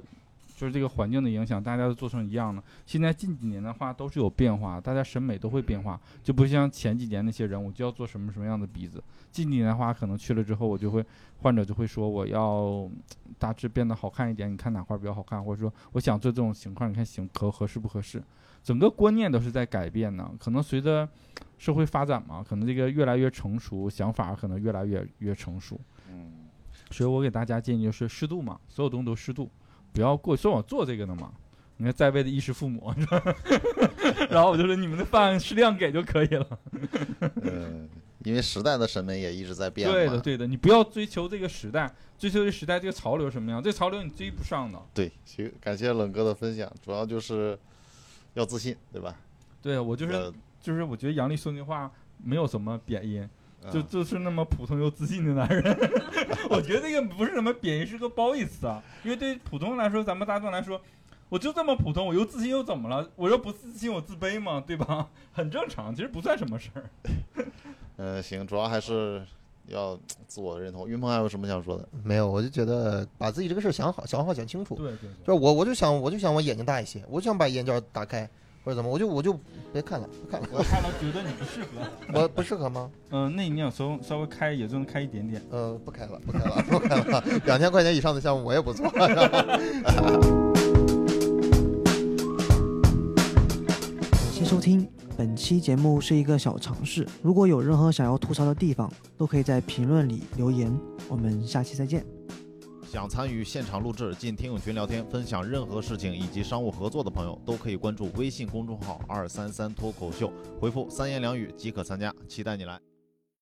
[SPEAKER 1] 就是这个环境的影响，大家都做成一样的。现在近几年的话都是有变化，大家审美都会变化，就不像前几年那些人，我就要做什么什么样的鼻子。近几年的话，可能去了之后，我就会患者就会说我要大致变得好看一点，你看哪块儿比较好看，或者说我想做这种情况，你看行合合适不合适？整个观念都是在改变呢。可能随着社会发展嘛，可能这个越来越成熟，想法可能越来越越成熟。
[SPEAKER 2] 嗯，
[SPEAKER 1] 所以我给大家建议就是适度嘛，所有东西都适度，不要过。说我做这个呢嘛，你看在位的衣食父母，是 (laughs) 吧然后我就说你们的饭适量给就可以了。
[SPEAKER 2] 呃，因为时代的审美也一直在变嘛。
[SPEAKER 1] 对的，对的，你不要追求这个时代，追求这时代这个潮流什么样，这潮流你追不上的。
[SPEAKER 2] 对，行，感谢冷哥的分享，主要就是要自信，对吧？
[SPEAKER 1] 对啊我就是
[SPEAKER 2] 呃
[SPEAKER 1] 就是，我觉得杨笠说那话没有什么贬义，就
[SPEAKER 2] 嗯
[SPEAKER 1] 就是那么普通又自信的男人， (laughs) 我觉得这个不是什么贬义，是个褒义词啊。因为对于普通人来说，咱们大众来说，我就这么普通，我又自信又怎么了？我又不自信，我自卑嘛，对吧？ (laughs) 很正常，其实不算什么事儿。
[SPEAKER 2] 呃，行，主要还是要自我认同。云鹏还有什么想说的？
[SPEAKER 4] 没有，我就觉得把自己这个事儿想好、想好、想清楚。
[SPEAKER 1] 对对
[SPEAKER 4] 就是我，我就想，我就想我眼睛大一些，我就想把眼角打开，或者怎么，我就我就别看了，不看了，
[SPEAKER 1] 我看了觉得你不适合。
[SPEAKER 4] 我不适合吗？
[SPEAKER 1] 嗯、那你想稍稍微开也就能开一点点。
[SPEAKER 4] 呃，不开了，不开了，不开了， (laughs) 两千块钱以上的项目我也不做。
[SPEAKER 5] 感谢收听。本期节目是一个小尝试，如果有任何想要吐槽的地方，都可以在评论里留言。我们下期再见。
[SPEAKER 2] 想参与现场录制、进听友群聊天、分享任何事情以及商务合作的朋友，都可以关注微信公众号“二三三脱口秀”，回复“三言两语”即可参加，期待你来。